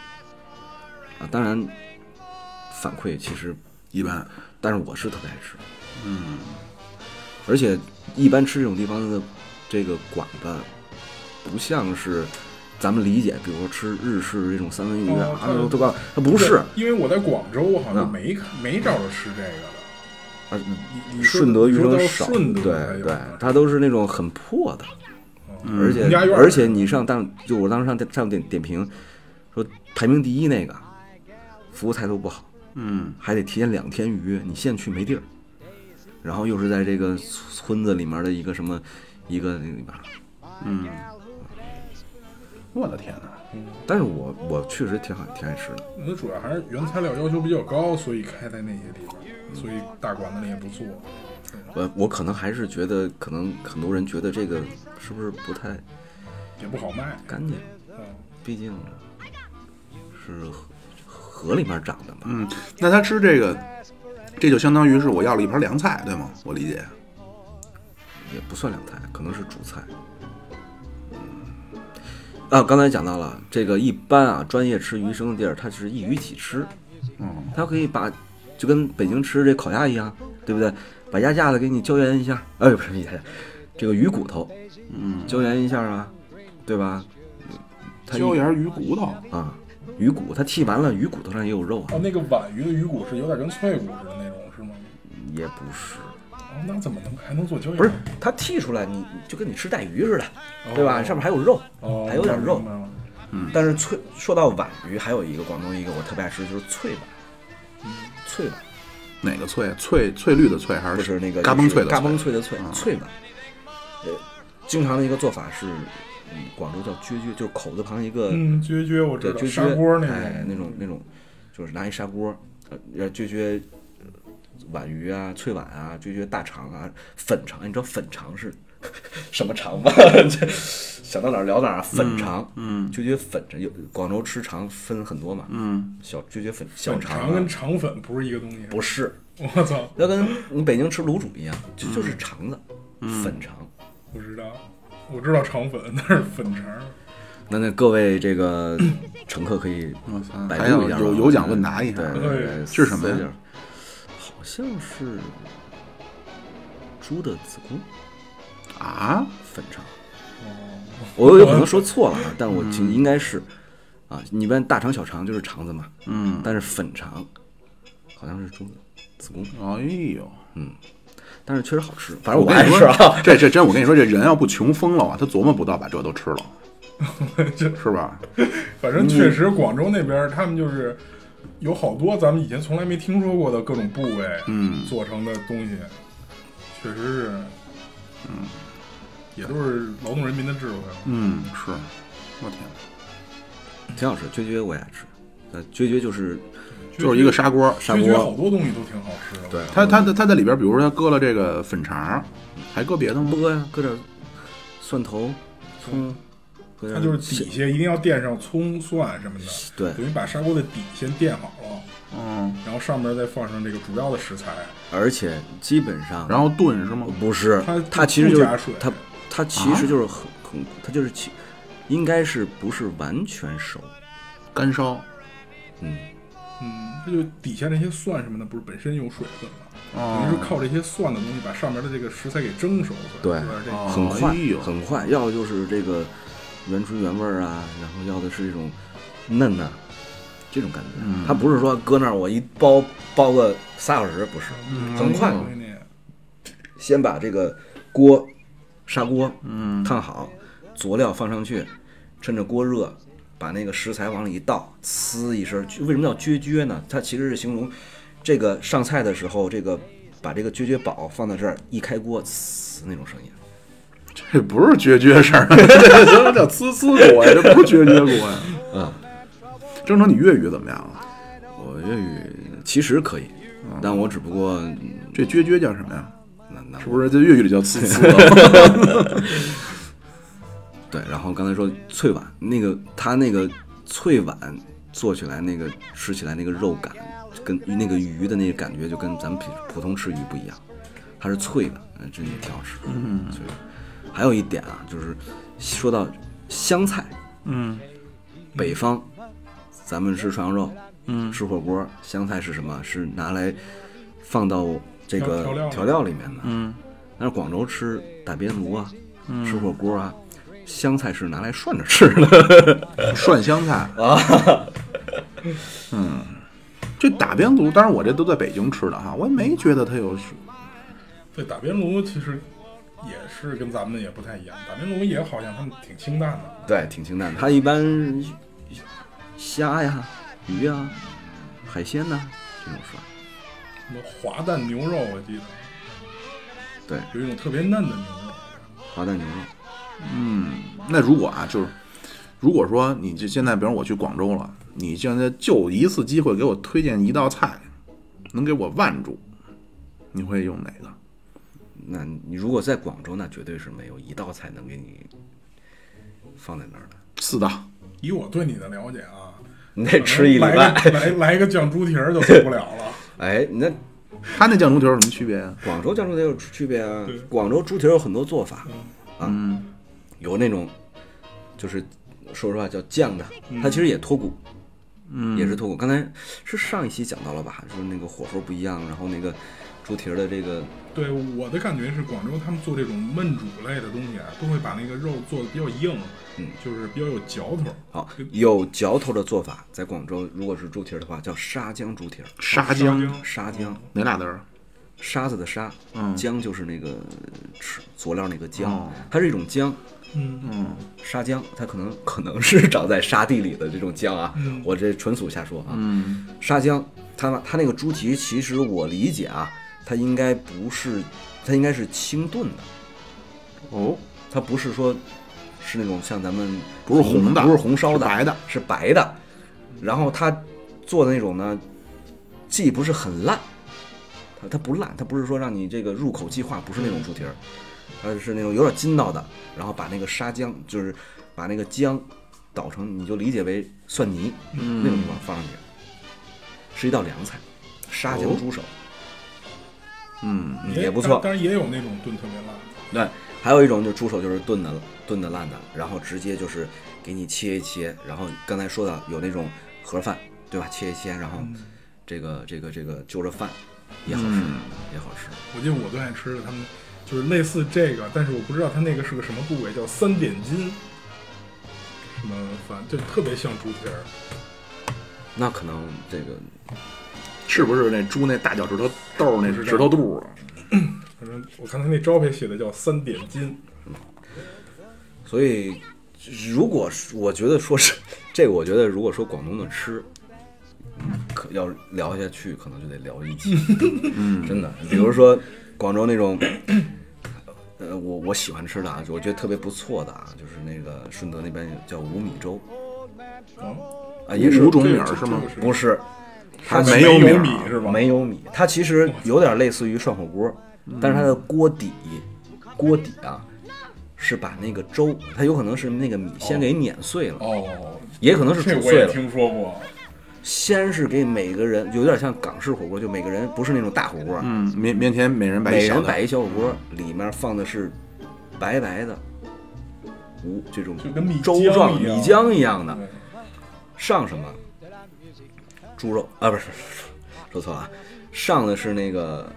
啊，当然反馈其实，
一般。
但是我是特别爱吃，
嗯，
而且一般吃这种地方的这个馆子，不像是咱们理解，比如说吃日式这种三文鱼
哦
啊，
它
那种对吧？它不是，
因为我在广州好像
嗯
没看没找着吃这个的。
啊
你你说
顺德
你
鱼
说
生
到
少，
顺德才
对
有啊
对
呢，
它都是那种很破的，而且
嗯家院儿
而且你上当就我当时上点上点点评说排名第一那个，服务态度不好，
嗯，
还得提前两天预约，你现去没地儿，然后又是在这个村子里面的一个什么一个那里边儿，
我的天哪！
但是我我确实挺好挺爱吃的，
那主要还是原材料要求比较高，所以开在那些地方，所以大馆子里也不错。
我我可能还是觉得可能很多人觉得这个是不是不太
也不好卖。
干净，
嗯，
毕竟是河河里面长的嘛。
嗯，那他吃这个，这就相当于是我要了一盘凉菜，对吗？我理解。
也不算凉菜，可能是主菜。啊，刚才讲到了这个，一般啊，专业吃鱼生的地儿，它是一鱼几吃，
嗯，
它可以把就跟北京吃这烤鸭一样，对不对？把鸭架子给你胶原一下，哎，不是鸭架，这个鱼骨头，
嗯，
胶原一下啊，对吧？它一
椒盐鱼骨头。
啊，鱼骨它剔完了，鱼骨头上也有肉啊，
哦，那个皖鱼的鱼骨是有点跟脆骨似的那种，是吗？
也不是，
哦，那怎么能还能做椒盐？啊
不是它剔出来，你你就跟你吃带鱼似的，对吧？
哦
上面还有肉，
哦，
还有点肉
明。白了
但是脆，说到皖鱼，还有一个广东一个我特别爱吃，就是脆皖。脆皖
哪个翠？翠翠绿的翠还是
不是那个
嘎嘣脆的
嘎嘣
脆
脆的脆
嗯
脆皖。呃，经常的一个做法是，嗯，广州叫撅撅，就是口字旁一个
嗯，撅撅我知
对
道，
撅
砂锅
撅，
种
哎，那种那种，就是拿一砂锅，呃，然后撅撅呃皖鱼啊、脆皖啊、撅撅大肠啊、粉肠，你知道粉肠是 *laughs* 什么肠吗？ *laughs* 这想到哪儿聊哪儿啊，粉肠，嗯，撅撅粉肠，有广州吃肠分很多嘛，嗯，小撅撅粉小
粉
肠
肠
啊、
跟肠粉不是一个东西。啊
不是，
*laughs* 我操，
那跟你北京吃卤煮一样，就
嗯
就是肠子，粉肠。
不知道，我知道肠粉，但是粉肠。
那那各位这个乘客可以
操
百
嗯还
度
有
一下吧，啊
有有奖问答一下
对对对，
是什么呀
搜一下？好像是猪的子宫
啊？
粉肠，
哦，
我有可能说错了，啊，但我记
嗯
应该是啊，你一般大肠小肠就是肠子嘛，
嗯，
但是粉肠好像是猪的子宫，
哎呦，
但是确实好吃，反正我
跟
爱
你
吃
说
啊。
这这真，我跟你说，这人要不穷疯了啊，他琢磨不到把这都吃了，
*laughs*
是吧？
反正确实，广州那边儿他们就是有好多咱们以前从来没听说过的各种部位，
嗯
做成的东西，确实是，嗯，也都是劳动人民的智慧啊了。
嗯，是，我天，
挺好吃，撅撅我也爱吃，呃，撅撅就是
就是一个砂锅，
砂
确实好多
锅，
东西都挺好吃的。
对，
他他他在里边，比如说他搁了这个粉肠，还搁别的吗？
剥呀，搁点蒜头、葱，搁
嗯
点
它就是底下一定要垫上葱蒜什么的，
嗯对
等于把砂锅的底先垫好了，
嗯，
然后上面再放上这个主要的食材。
而且基本上，
然后炖是吗？
不是
它
它其实就
不
是
加水
它它其
啊
实就是很很它就是其应该是不是完全熟，
干烧，
嗯，
嗯，它就底下那些蒜什么的，不是本身有水分吗？
啊
等于是
哦，
靠这些蒜的东西把上面的这个食材给蒸熟了。
对啊
是吧这
哦
很快
哎呦
很快，要的就是这个原汁原味儿啊，然后要的是这种嫩呐、这种感觉，
嗯
它不是说搁那儿我一包包个仨小时，不是，
嗯
很快，
闺女
先把这个锅砂锅嗯烫好，佐料放上去，趁着锅热，把那个食材往里一倒，呲一声，为什么叫撅撅呢？它其实是形容这个上菜的时候，这个把这个撅撅宝放在这儿，一开锅，呲那种声音。
这不是绝绝声儿，啊 *laughs* 这什么叫呲呲国呀？这不是绝绝国呀？
嗯，
正常，你粤语怎么样啊？
我粤语嗯其实可以，但我只不过嗯
这绝绝叫什么呀？
那那
是不是这粤语里叫呲 *laughs* 呲？
对，然后刚才说脆碗，那个它那个脆碗做起来那个吃起来那个肉感，跟那个鱼的那个感觉就跟咱们平普通吃鱼不一样，它是脆的，嗯，这也挺好吃。嗯，所以还有一点啊，就是说到湘菜，
嗯，
北方咱们吃涮羊肉，
嗯
吃火锅，湘菜是什么？是拿来放到这
调料
个
里
调料里面的。
嗯
但是广州吃打边炉啊，吃火锅啊，湘菜是拿来涮着吃的。
涮香菜啊。嗯，这打边炉，当然我这都在北京吃的哈，我也没觉得它有
对，打边炉其实也是跟咱们也不太一样，打边炉也好像他们挺清淡的，
*laughs* 对，挺清淡的。它一般虾呀、鱼呀、海鲜呐、这种涮。
什么滑蛋牛肉，我记得
对，
有一种特别嫩的牛肉，
滑蛋牛肉，
那如果啊，就是如果说你就现在，比如我去广州了，你现在就一次机会给我推荐一道菜，能给我万住，你会用哪个？
那你如果在广州，那绝对是没有一道菜能给你放在那儿的。
四道，
以我对你的了解啊，
你得吃一礼
来
拜。
个来来一个酱猪蹄儿就受不了了。
哎，你那
它那酱猪蹄儿有什么区别啊？
广州酱猪蹄有区别啊
对。嗯
广州猪蹄有很多做法啊，有那种就是说实话叫酱的，
嗯
它其实也脱骨，也是脱骨。刚才是上一期讲到了吧，说那个火候不一样，然后那个猪蹄儿的这个
对，我的感觉是广州他们做这种焖煮类的东西啊，都会把那个肉做的比较硬，
嗯，
就是比较有嚼头。
好有嚼头的做法，在广州如果是猪蹄儿的话，叫沙姜猪蹄儿，
沙
姜
姜，
沙姜。
哪俩字儿？啊
沙子的沙，
嗯
姜就是那个吃佐料那个姜，
哦
它是一种姜，
嗯，
嗯，
沙姜，它可能可能是长在沙地里的这种姜啊，
嗯
我这纯属瞎说啊。
嗯，
沙姜，它它那个猪蹄，其实我理解啊，它应该不是，它应该是清炖的，
哦，
它不是说是那种像咱们
不是红的
不是红烧的，
是白的，
是白的。然后它做的那种呢，既不是很烂，它它不烂，它不是说让你这个入口即化，不是那种猪蹄儿，它是那种有点筋道的。然后把那个沙姜，就是把那个姜捣成，你就理解为蒜泥、那种地方放上去，是一道凉菜，沙姜猪手、
嗯，
也不错。
当然也有那种炖特别烂的，
对，还有一种就是猪手，就是炖的炖的烂的，然后直接就是给你切一切，然后刚才说的有那种盒饭，对吧？切一切，然后这个这个这个就着饭也好吃，也好吃。
我记得我最爱吃的他们就是类似这个，但是我不知道它那个是个什么部位，叫三点筋。什么反正就特别像猪蹄儿，
那可能这个
是不是那猪那大脚趾头豆儿那指头肚儿？啊
反正我看他那招牌写的叫三点筋，
所以，如果是我觉得说是这个，我觉得如果说广东的吃，可要聊下去，可能就得聊一期。嗯，真的，比如说广州那种，呃，我我喜欢吃的啊，我觉得特别不错的啊，就是那个顺德那边有叫五米粥
哦，
啊，也是
五种
这
米
个
儿
这
是吗
这？个
不是，它
它
其实
没有
没
米
有
儿
米是吧？
没有米，它其实有点类似于涮火锅，
嗯
但是它的锅底，锅底啊，是把那个粥，它有可能是那个米先给碾碎了，
哦，
也可能是
这
煮
我
碎
也
了。
听说过，
先是给每个人，有点像港式火锅，就每个人不是那种大火锅啊，
嗯，面面前每人摆
每
一小
人
的
摆，一小火锅，里面放的是白白的，无这种
就跟米
粥
浆
状
一
米
样
浆一样的
对，
上什么？猪肉啊，不是， *laughs* 说错了啊，上的是那个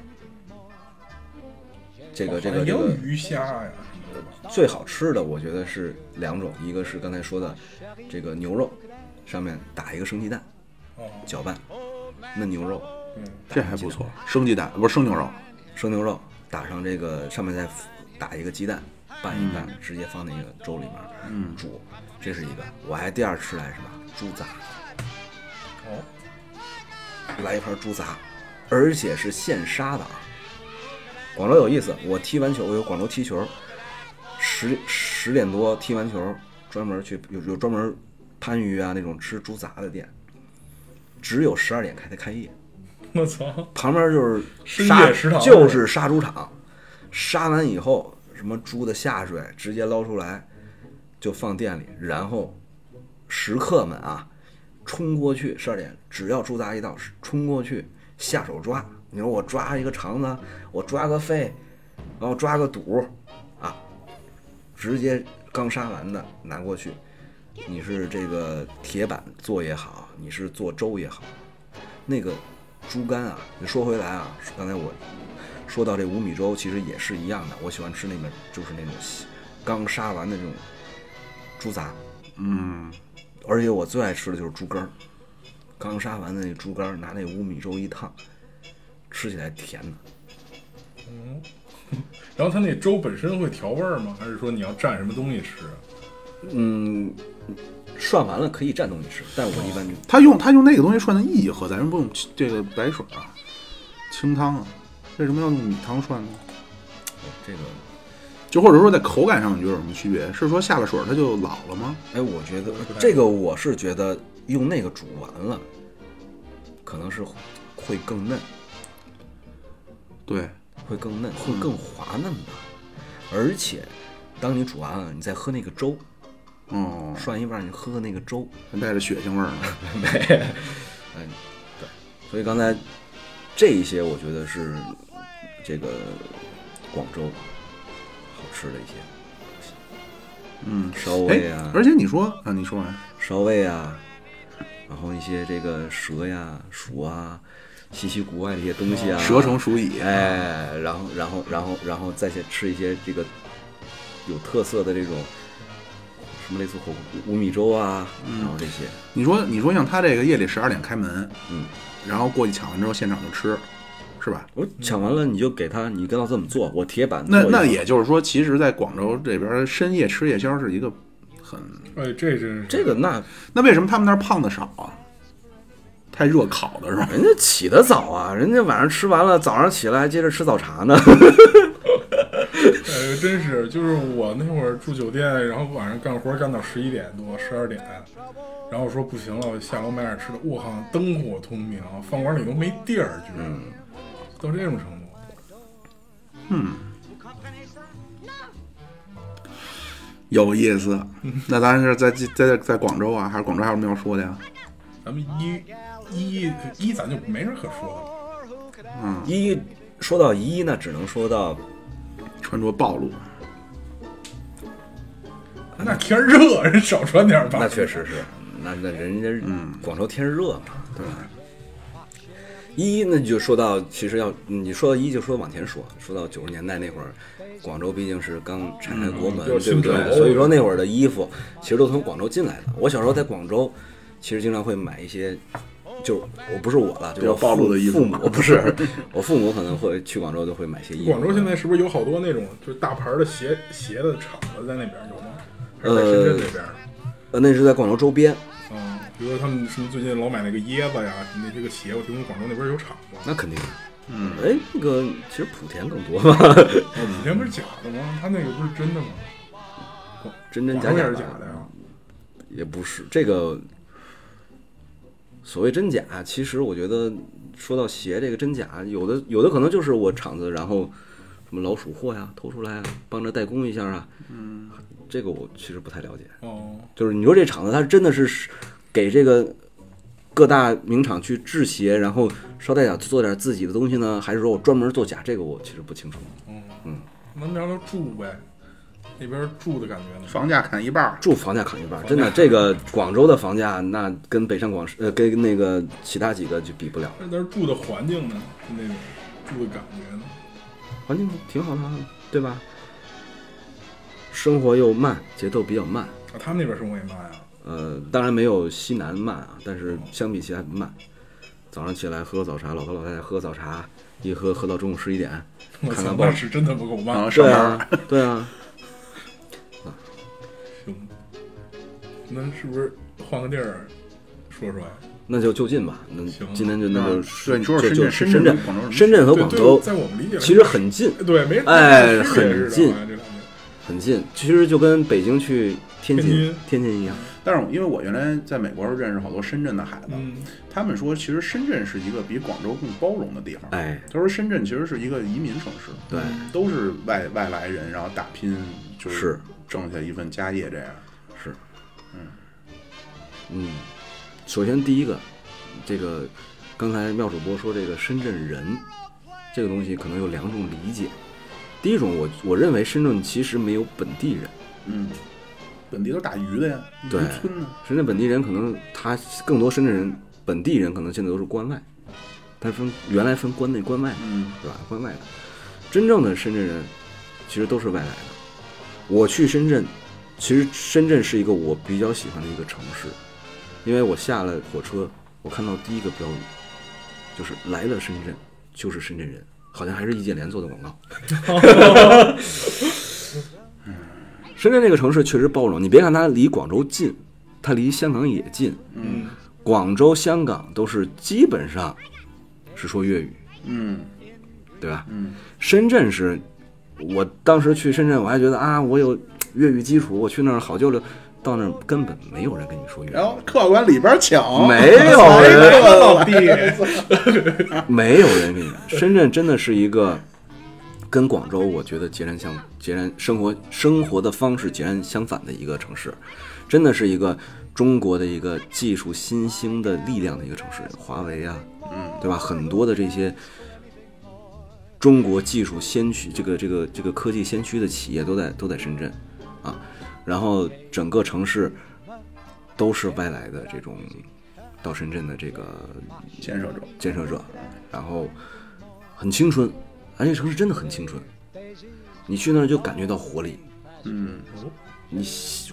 这个这个
也
这
哦有
个
鱼虾呀什么的吧。
最好吃的，我觉得是两种，一个是刚才说的这个牛肉，上面打一个生鸡蛋，
哦，
搅拌嫩牛肉，
嗯，
这还不错，生鸡蛋不是生牛肉，
生牛肉，打上这个上面再打一个鸡蛋，拌一
嗯
拌，直接放那个粥里面煮，这是一个。我还第二吃来什么猪杂，
哦，
来一盘猪杂，而且是现杀的啊。广州有意思，我踢完球，我有广州踢球，十十点多踢完球，专门去有有专门番禺啊那种吃猪杂的店，只有十二点开才开业，
*laughs* 我操，
旁边就是
深
杀
夜食堂
就是杀猪场，杀完以后什么猪的下水直接捞出来，就放店里，然后食客们啊冲过去，十二点只要猪杂一到，冲过去下手抓。你说我抓一个肠子，我抓个肺，然后抓个肚，啊，直接刚杀完的拿过去。你是这个铁板做也好，你是做粥也好，那个猪肝啊，你说回来啊，刚才我说到这五米粥，其实也是一样的。我喜欢吃那个，就是那种刚杀完的这种猪杂，
嗯，
而且我最爱吃的就是猪肝儿，刚杀完的那猪肝儿，拿那五米粥一烫，吃起来甜的。
然后它那粥本身会调味儿吗？还是说你要蘸什么东西吃？啊
嗯，涮完了可以蘸东西吃，但我一般就
他用他用那个东西涮的意义何在？为什么不用这个白水啊、清汤啊？为什么要用米汤涮呢？
这个，
就或者说在口感上，你觉得有什么区别？是说下了水它就老了吗？
哎，我觉得这个我是觉得用那个煮完了，可能是会更嫩。
对，
会更嫩，
嗯
会更滑嫩吧。而且，当你煮完了，你再喝那个粥，
哦，
涮一半儿你喝喝那个粥，
还带着血腥味儿
*laughs*
呢。
没，嗯，对。所以刚才这一些，我觉得是这个广州好吃的一些，
嗯，
烧味
哎
啊，，
而且你说啊，你说完、
烧味啊，然后一些这个蛇呀、鼠啊、稀奇古怪的一些东西啊，
蛇虫鼠蚁，
哎，然后然后然后然后再去吃一些这个有特色的这种什么类似火锅五米粥啊，
嗯
然后这些，
你说你说像他这个夜里十二点开门，
嗯，
然后过去抢完之后现场就吃，是吧？
我抢完了你就给他，你跟他这么做，我铁板
那
做一
那
份
也就是说，其实，在广州这边深夜吃夜宵是一个很……
哎，这真是
这个那
那为什么他们那儿胖子少啊？太热烤的是吧？
人家起得早啊，人家晚上吃完了，早上起来还接着吃早茶呢。
嗯
哎，真是，就是我那会儿住酒店，然后晚上干活干到十一点多、十二点，然后说不行了，我下楼买点吃的。我靠，灯火通明，饭馆里都没地儿，居然、
嗯
到这种程度。
有意思。那咱是在在在在广州啊，还是广州还有什么要说的呀？
咱们一一一，咱就没啥可说
*laughs* 一说到一，那只能说到
穿着暴露，啊
的了。那天热，人少穿点吧。
那确实是，那那人家广州天热嘛，对吧？一那就说到，其实要你说到一就说往前说，说到九十年代那会儿，广州毕竟是刚拆开国门，
嗯
对
比较新
不对？
潮
所以说那会儿的衣服其实都从广州进来的。我小时候在广州，其实经常会买一些，就是我不是我了，就是
比较
我
暴露的衣服
父母不是 *laughs* 我父母可能会去广州就会买些衣服。
广州现在是不是有好多那种就是大牌的鞋鞋的厂子在那边有吗？还是在深圳那边？
呃那是在广州周边，
嗯，比如说他们什么最近老买那个椰子呀，什么那些个鞋，我听说广州那边有厂子。
那肯定。嗯，哎，那个其实莆田更多吧，
以前不是假的吗？他那个不是真的吗？
真真假
广州
假
也
吧
是假的呀。
也不是这个所谓真假，其实我觉得说到鞋这个真假，有的有的可能就是我厂子，然后什么老鼠货呀偷出来啊，帮着代工一下啊，嗯，这个我其实不太了解。
哦，
就是你说这厂子，它真的是给这个各大名厂去制鞋，然后捎带脚做点自己的东西呢，还是说我专门做假？这个我其实不清楚。
嗯咱们聊聊住呗，那边住的感觉呢？
房价砍一半儿，
住房价砍一半，真的，这个广州的房价那跟北上广呃跟那个其他几个就比不了。
那那儿住的环境呢？就那种住的感觉呢？
环境挺好的啊，对吧？生活又慢，节奏比较慢，
啊，他们那边生活也慢啊。
呃，当然没有西南慢啊，但是相比起来慢。早上起来喝个早茶，老头老太太喝个早茶，一喝喝到中午十一点，
我
看
操
看，报
那
纸。
是真他妈够
然后
慢。
啊上
对
班儿
啊，对啊，
那是不是换个地儿说说呀？
那就就近吧。那
行
今天就那就
嗯对你说说
就就
深
深
圳
圳
深圳广州、
深圳和
对
广
对
州
在我们理解来
其实很近，
说对，没
哎
没区别
很近
是吧这两个
很近，其实就跟北京去天津
天津
天津一样。
但是因为我原来在美国时候认识好多深圳的孩子，
嗯，
他们说其实深圳是一个比广州更包容的地方。
哎，
他说深圳其实是一个移民城市，
对，
都是外外来人，然后打拼就是
是
挣下一份家业这样。
是，嗯嗯，首先第一个，这个刚才妙主播说这个深圳人这个东西可能有两种理解。第一种我，我认为深圳其实没有本地人，
嗯，本地都打鱼的呀，渔
对
村呢。
深圳本地人可能他更多深圳人本地人可能现在都是关外，他分原来分关内关外，
嗯，
是吧？关外的，真正的深圳人其实都是外来的。我去深圳，其实深圳是一个我比较喜欢的一个城市，因为我下了火车，我看到第一个标语就是“来了深圳就是深圳人”，好像还是易建联做的广告。深圳这个城市确实包容，你别看它离广州近，它离香港也近。
嗯，
广州、香港都是基本上是说粤语，
嗯
对吧？
嗯，
深圳是，我当时去深圳，我还觉得啊，我有粤语基础，我去那儿好就溜。到那儿根本没有人跟你说粤
然
语，
后客官里边请，
没有
哎
人
呦
老弟，
没有人跟你。深圳真的是一个跟广州我觉得截然相截然生活生活的方式截然相反的一个城市，真的是一个中国的一个技术新兴的力量的一个城市，华为啊，
嗯
对吧？很多的这些中国技术先驱，这个这个这个科技先驱的企业都在都在深圳啊，然后整个城市都是外来的这种到深圳的这个
建设者。
建设者，然后很青春，而且城市真的很青春，你去那儿就感觉到活力。
嗯，
你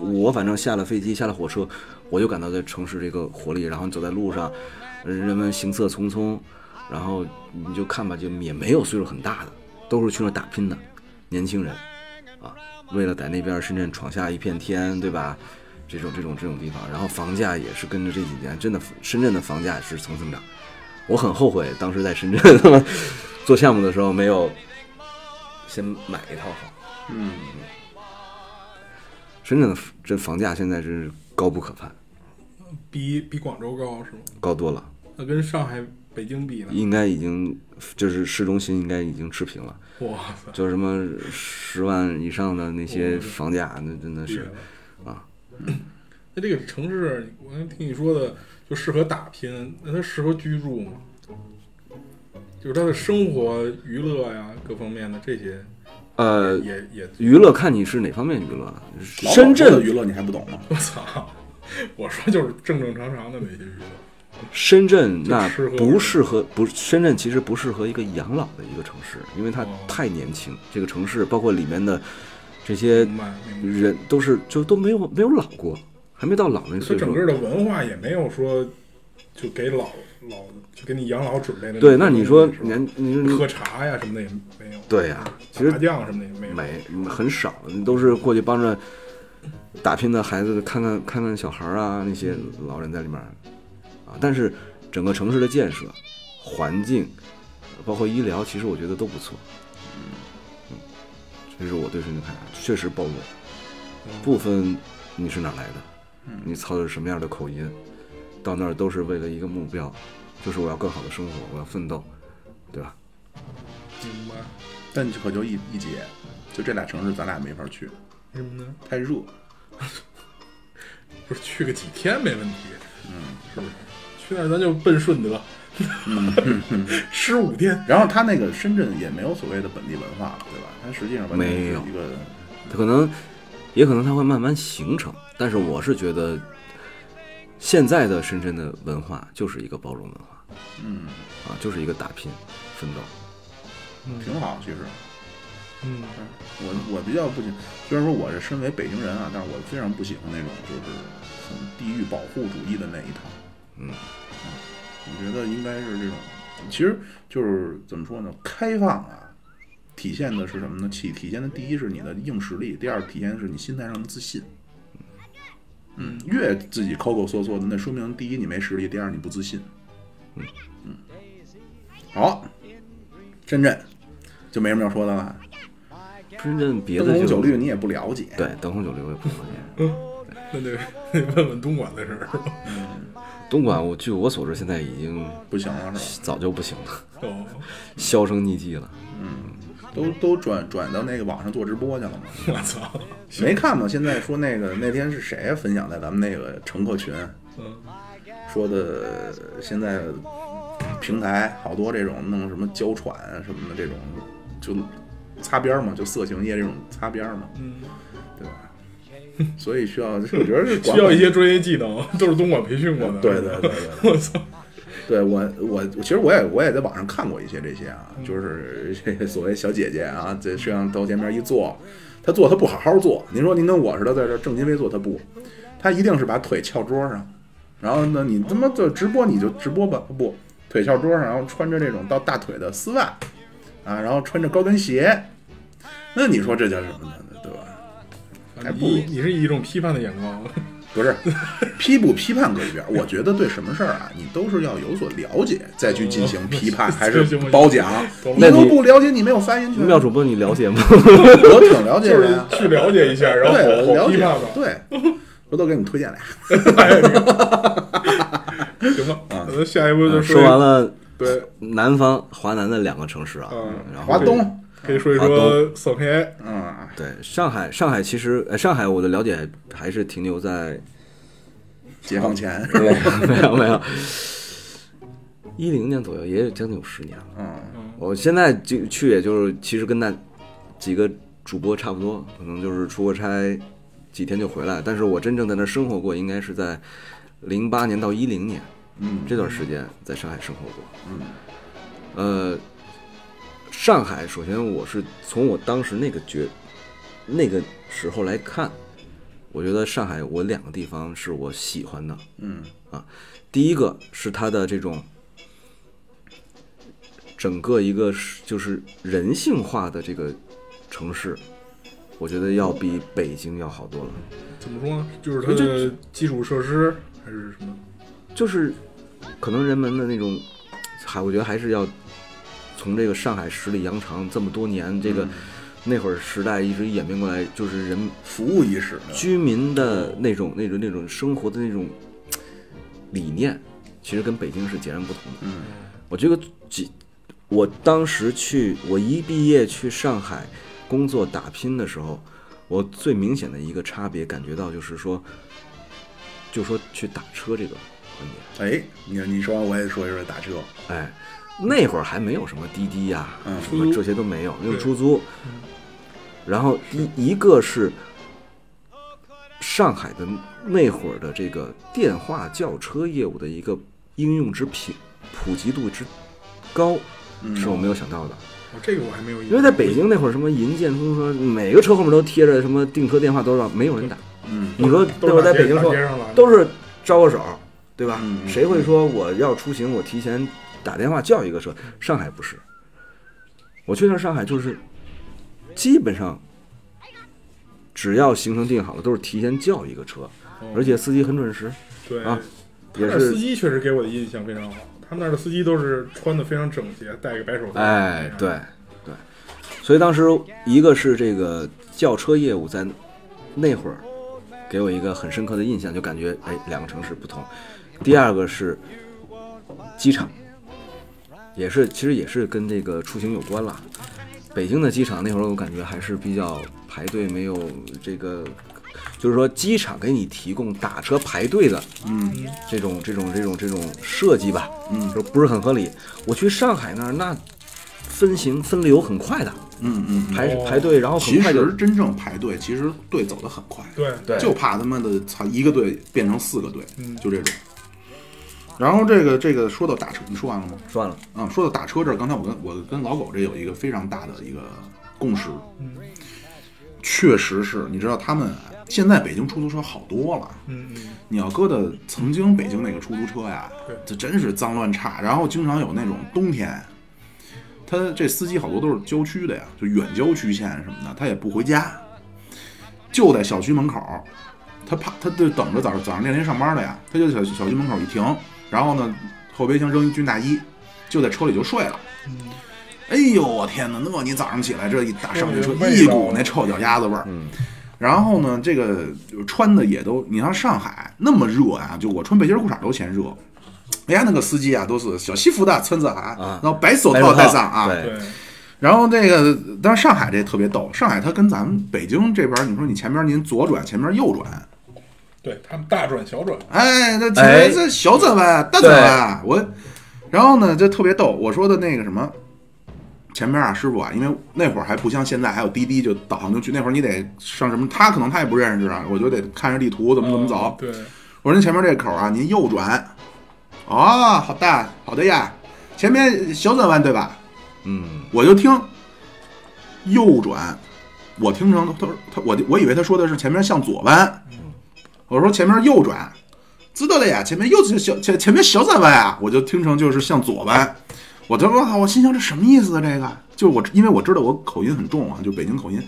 我反正下了飞机，下了火车，我就感到在城市这个活力，然后走在路上，呃人们行色匆匆，然后你就看吧，就也没有岁数很大的，都是去那儿打拼的年轻人，啊，为了在那边深圳闯下一片天，对吧？这种这种这种地方，然后房价也是跟着这几年，真的深圳的房价是蹭蹭涨。我很后悔当时在深圳做项目的时候没有先买一套房。
嗯
深圳的这房价现在真是高不可攀，
比比广州高是吗？
高多了，
那跟上海、北京比呢？
应该已经就是市中心应该已经持平了，
哇塞，
就是什么十万以上的那些房价，那真的
厉害
是
了
啊！
那这个城市，我刚听你说的，就适合打拼，那它适合居住吗？就是它的生活、娱乐呀，各方面的这些，
呃，
也也，
娱乐看你是哪方面娱乐了，
老鸨
深
的
圳
娱乐你还不懂吗？
我操！ *laughs* 我说就是正正常常的那些娱乐，
深圳那
适合
不适合，不，深圳其实不适合一个养老的一个城市，因为它
哦
太年轻，这个城市包括里面的这些
明白明白。
人都是就都没有没有老过，还没到老那个
它
岁数
整。个的文化也没有说就给老老就给你养老准备的种东西。
对，那你说
是吧
年你你
喝茶呀什么的也没有，
对呀、其
打
实
麻将什么的也没有，
没很少，都是过去帮着打拼的孩子看看看看小孩儿啊，那些老人在里面儿啊。但是整个城市的建设、环境，包括医疗，其实我觉得都不错。嗯，这是我对深圳看法，确实包容，不分你是哪儿来的，你操的是什么样的口音，到那儿都是为了一个目标，就是我要更好的生活，我要奋斗，对吧？
明白？
但可就一一节，就这俩城市咱俩没法去，
为什么呢？
太热。
不是去个几天没问题，嗯，是不是？去那儿咱就奔顺德，十五天，
然后他那个深圳也没有所谓的本地文化了，对吧？它实际上完全
没有
是一个
它可能，也可能它会慢慢形成。但是我是觉得，现在的深圳的文化就是一个包容文化，
嗯
啊，就是一个打拼、奋斗。
挺好。其实
嗯，
我我比较不喜，虽然说我是身为北京人啊，但是我非常不喜欢那种就是很地域保护主义的那一套。
嗯
我觉得应该是这种，其实就是怎么说呢，开放啊，体现的是什么呢？体体现的第一是你的硬实力，第二体现的是你心态上的自信。嗯，越自己抠抠缩缩的，那说明第一你没实力，第二你不自信。嗯嗯，好，深圳就没什么要说的了。
深圳别
灯
的
红
就
酒绿你也不了解，
对灯红酒绿我也不了解。
那得得问问东莞的事儿了。
东莞我据我所知现在已经
不行了是
早就不行了，
哦，
销声匿迹了。
吧？都都转转到那个网上做直播去了吗？
我操！
没看吗？现在说那个那天是谁啊分享在咱们那个乘客群
嗯，
说的，现在平台好多这种弄什么娇喘啊什么的这种，就擦边儿嘛，就色情业这种擦边儿嘛，
嗯，
对吧？ *laughs* 所以需要，我觉得是管
需要一些专业技能，都是东莞培训过的。
对对对对
*laughs* 我操！
对我我其实我也我也在网上看过一些这些啊，就是 *laughs* 这些所谓小姐姐啊，在摄像头前面一坐，她坐她不好好坐，您说您跟我似的在这正襟危坐，她不，她一定是把腿翘桌上，然后呢你他妈就直播你就直播吧，不腿翘桌上，然后穿着这种到大腿的丝袜啊，然后穿着高跟鞋，那你说这叫什么呢？对吧？还不
你你是以一种批判的眼光，
不是， *laughs* 批不批判搁一边儿，我觉得对什么事儿啊，你都是要有所了解再去进行
*laughs*
批判，还是褒奖。你
那
都
你
不了解，你没有发言权。
妙主播你了
*laughs*
解吗？
我挺了解
就
的
是
呀，
去了解一下，然后
对，
好
了
好
解
批判吧。哎
对， *laughs* 回头给你们推荐俩。
*laughs* 行吧，那下一步就
嗯说完了
对，
南方华南的两个城市啊，
嗯
然后
华东，
可以说一
啊
说
都
扫黑。
嗯，
对上海，上海其实呃上海我的了解还是停留在
解放前，
没有没有没有，一零年左右也有将近有十年了。
*laughs* 嗯，
我现在就去，也就是其实跟那几个主播差不多，可能就是出个差几天就回来。但是我真正在那儿生活过，应该是在零八年到一零年，
嗯，
这段时间在上海生活过，嗯，呃，上海首先我是从我当时那个觉那个时候来看，我觉得上海我两个地方是我喜欢的，
嗯
啊，第一个是它的这种整个一个是就是人性化的这个城市，我觉得要比北京要好多了。
怎么说呢？就是它的基础设施还是什么？
就是可能人们的那种，还我觉得还是要从这个上海十里洋场这么多年这个、那会儿时代一直演变过来，就是人
服务意识的，
居民的那种那种那种生活的那种理念，其实跟北京是截然不同的。
嗯，
我这个几，我当时去，我一毕业去上海工作打拼的时候，我最明显的一个差别感觉到就是说，就说去打车这个环节。
哎，你你说我也说一说打车，
哎，那会儿还没有什么滴滴呀、
嗯
什么这些都没有，就是
对
出租。然后一一个是上海的那会儿的这个电话叫车业务的一个应用之品普及度之高，是我没有想到的。
哦，这个我还没有印象。
因为在北京那会儿，什么银建通车，每个车后面都贴着什么订车电话，都让没有人打。
嗯
你说那会儿在北京
都
说
是大街上来的
都是招个手，对吧？
嗯嗯
谁会说我要出行，我提前打电话叫一个车？上海不是，我去趟上海就是基本上只要行程定好了，都是提前叫一个车，而且司机很准时，
哦对，
啊
他
也
那儿司
是
机确实给我的印象非常好。他们那儿的司机都是穿的非常整洁，戴个白手套。嗯
哎，对对，所以当时一个是这个轿车业务在那会儿给我一个很深刻的印象，就感觉哎两个城市不同。第二个是机场，也是其实也是跟这个出行有关啦。北京的机场那会儿我感觉还是比较排队，没有这个，就是说机场给你提供打车排队的
嗯
这种这种这种这种设计吧，
嗯
就不是很合理。我去上海那儿，那分行分流很快的，
嗯嗯嗯，
排
哦
排队，然后很
其
快就
实真正排队，其实队走的很快，
对
对
就怕他妈的操一个队变成四个队，
嗯
就这种。然后这个这个说到打车，你说完了吗？
算了，
啊、说到打车这儿，刚才我跟我跟老狗这有一个非常大的一个共识，
嗯
确实是你知道他们现在北京出租车好多了，
嗯嗯，
你要搁的曾经北京那个出租车呀
对，
这真是脏乱差。然后经常有那种冬天，他这司机好多都是郊区的呀，就远郊区县什么的，他也不回家，就在小区门口他怕他就等着早早上那天上班的呀，他就小小区门口一停，然后呢后备箱扔一军大衣，就在车里就睡了。
嗯
哎呦我天哪！那你早上起来这一大上去车
那个味道啊
一股那臭脚丫子味儿，然后呢这个就穿的也都，你像上海那么热啊，就我穿背心裤衩都嫌热。人家那个司机啊，都是小西服的穿着啊，
啊
然后白手
白手
套戴
套
上啊，
对
对，
然后这个，但是上海这特别逗，上海它跟咱们北京这边儿，你说你前边儿您左转，前边儿右转，
对他们大转小转，
哎，这
哎
这这小转弯、大转弯，我，然后呢，这特别逗，我说的那个什么。前边儿啊，师傅啊，因为那会儿还不像现在，还有滴滴就导航就去。那会儿你得上什么，他可能他也不认识啊，我就得看着地图怎么怎么
嗯
走。
对，
我说您前面这口啊，您右转。啊、好的，好的呀，前面小转弯对吧？
嗯，
我就听右转，我听成他说他我我以为他说的是前面向左弯，我说前面右转，知道了呀，前面右是小前前面小转弯啊，我就听成就是向左弯，我他妈我心想这什么意思啊？这个就我因为我知道我口音很重啊，就北京口音。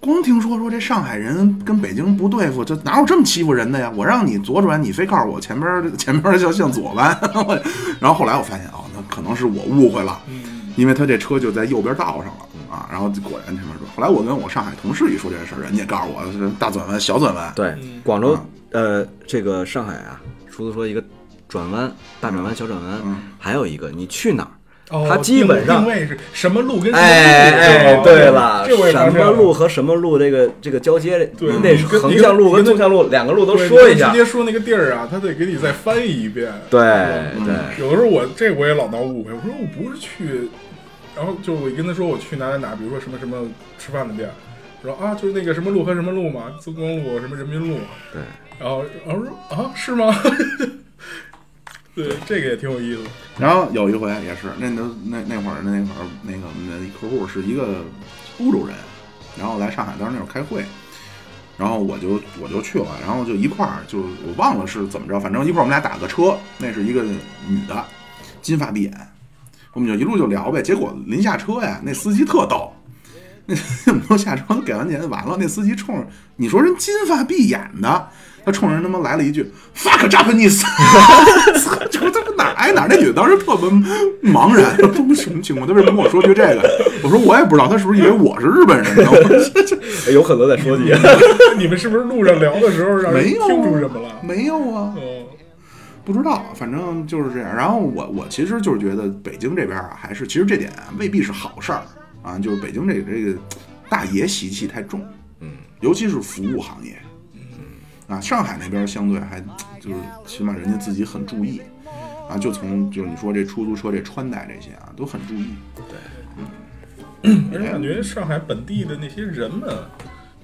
光听说说这上海人跟北京不对付，这哪有这么欺负人的呀？我让你左转，你非告诉我前边前边就向左弯， *laughs* 我然后后来我发现哦，那可能是我误会了，
嗯
因为他这车就在右边道上
嗯
了啊。然后果然前面说，后来我跟我上海同事一说这事儿，人家告诉我是大转弯、小转弯，
对，广州呃，这个上海啊，除了说一个转弯、大转弯、小转弯，还有一个你去哪儿，
哦
它基本上
定位是什么路跟什么路
哎哎，对了，
这我也发
什
现了
么路和什么路这个这个交接，
对
你得
你跟
横向路跟纵向路两个路都
对
说
你
一下
直。接说那个地儿啊，他得给你再翻译一遍。
对
嗯
对，
有的时候我这我也老闹误会，我说我不是去，然后就我跟他说我去哪哪哪，比如说什么什么吃饭的店，然后啊就是那个什么路和什么路嘛，自光路什么人民路，
对，
然后然后说啊是
*laughs*
吗？对，这个也挺有意思的。
然后有一回也是，那都那那会儿那会儿那个我们的客户是一个欧洲人，然后来上海，当时那会儿开会，然后我就我就去了，然后就一块儿就我忘了是怎么着，反正一块儿我们俩打个车，那是一个女的，金发碧眼，我们就一路就聊呗。结果临下车呀，那司机特逗，那 *laughs* 我们都下车都给完钱完了，那司机冲着你说人金发碧眼的，他冲人他妈来了一句 “fuck Japanese”，就他妈哪儿挨哪儿。那女的当时特别茫然，说他妈什么情况？他为什么跟我说句这个？我说我也不知道，他是不是以为我是日本人呢？
哎有很多在说你。
你们是不是路上聊的时候让人
没有啊
听出什么了？
没有啊，
嗯，
不知道，反正就是这样。然后我我其实就是觉得北京这边啊，还是其实这点啊未必是好事儿啊，就是北京这个这个大爷习气太重，嗯，尤其是服务行业，嗯啊，上海那边相对还就是起码人家自己很注意啊，就从就是你说这出租车这穿戴这些啊都很注意，
而且感觉上海本地的那些人们，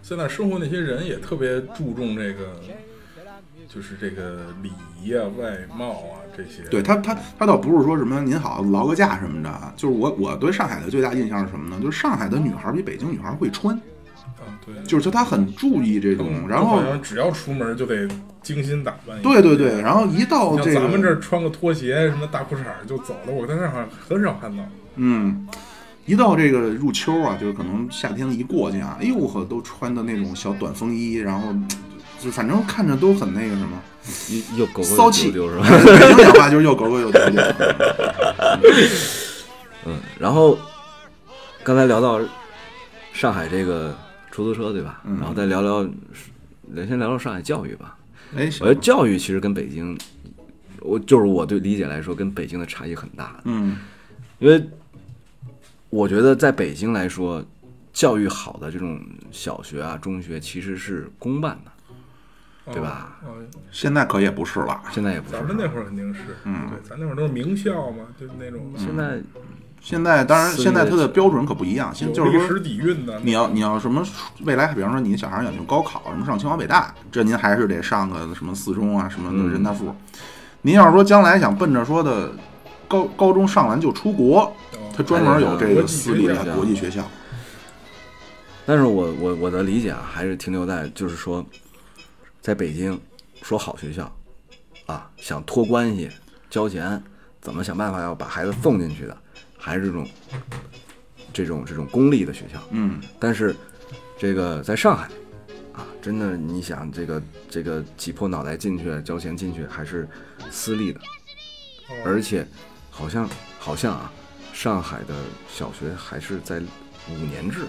在那儿生活那些人也特别注重这个，就是这个礼仪啊、外貌啊这些。
对他，他他倒不是说什么您好劳个驾什么的啊，就是我我对上海的最大印象是什么呢？就是上海的女孩比北京女孩会穿，
啊，对，
就是说她很注意这种，然后
嗯好像只要出门就得精心打扮一下。
对对对，然后一到
像
这个
嗯咱们这儿穿个拖鞋、什么大裤衩儿就走了，我在那儿好像很少看到。
嗯，一到这个入秋啊，就是可能夏天一过去啊，哎呦呵，都穿的那种小短风衣，然后就反正看着都很那个什么，
又狗狗
骚气，哎
丢是吧？
北京讲话就是又狗狗又丢丢。
然后刚才聊到上海这个出租车对吧？然后再聊聊，先聊聊上海教育吧。
哎，
我觉得教育其实跟北京，我就是我对理解来说，跟北京的差异很大。
嗯
因为我觉得在北京来说，教育好的这种小学啊、中学其实是公办的，对吧
嗯？嗯
现在可也不是了，
现在也不是
咱。们那会儿肯定是，
嗯
对，咱那会儿都是名校嘛，就是那种
现在
现在当然
私立
现在它的标准可不一样，现
有
在就是
历
说
史底蕴的。
你要你要什么未来，比方说你小孩想去高考，什么上清华北大，这您还是得上个什么四中啊，什么的人大
嗯
附。您要是说将来想奔着说的高高中上完就出国，
哦
他专门有这个私立的国际学校。
但是我我我的理解啊，还是停留在就是说，在北京说好学校啊，想托关系交钱，怎么想办法要把孩子送进去的，还是这种
哎
这种这种公立的学校。
嗯，
但是这个在上海啊，真的，你想这个这个挤破脑袋进去交钱进去，还是私立的，
哦
而且好像好像啊，上海的小学还是在五年制，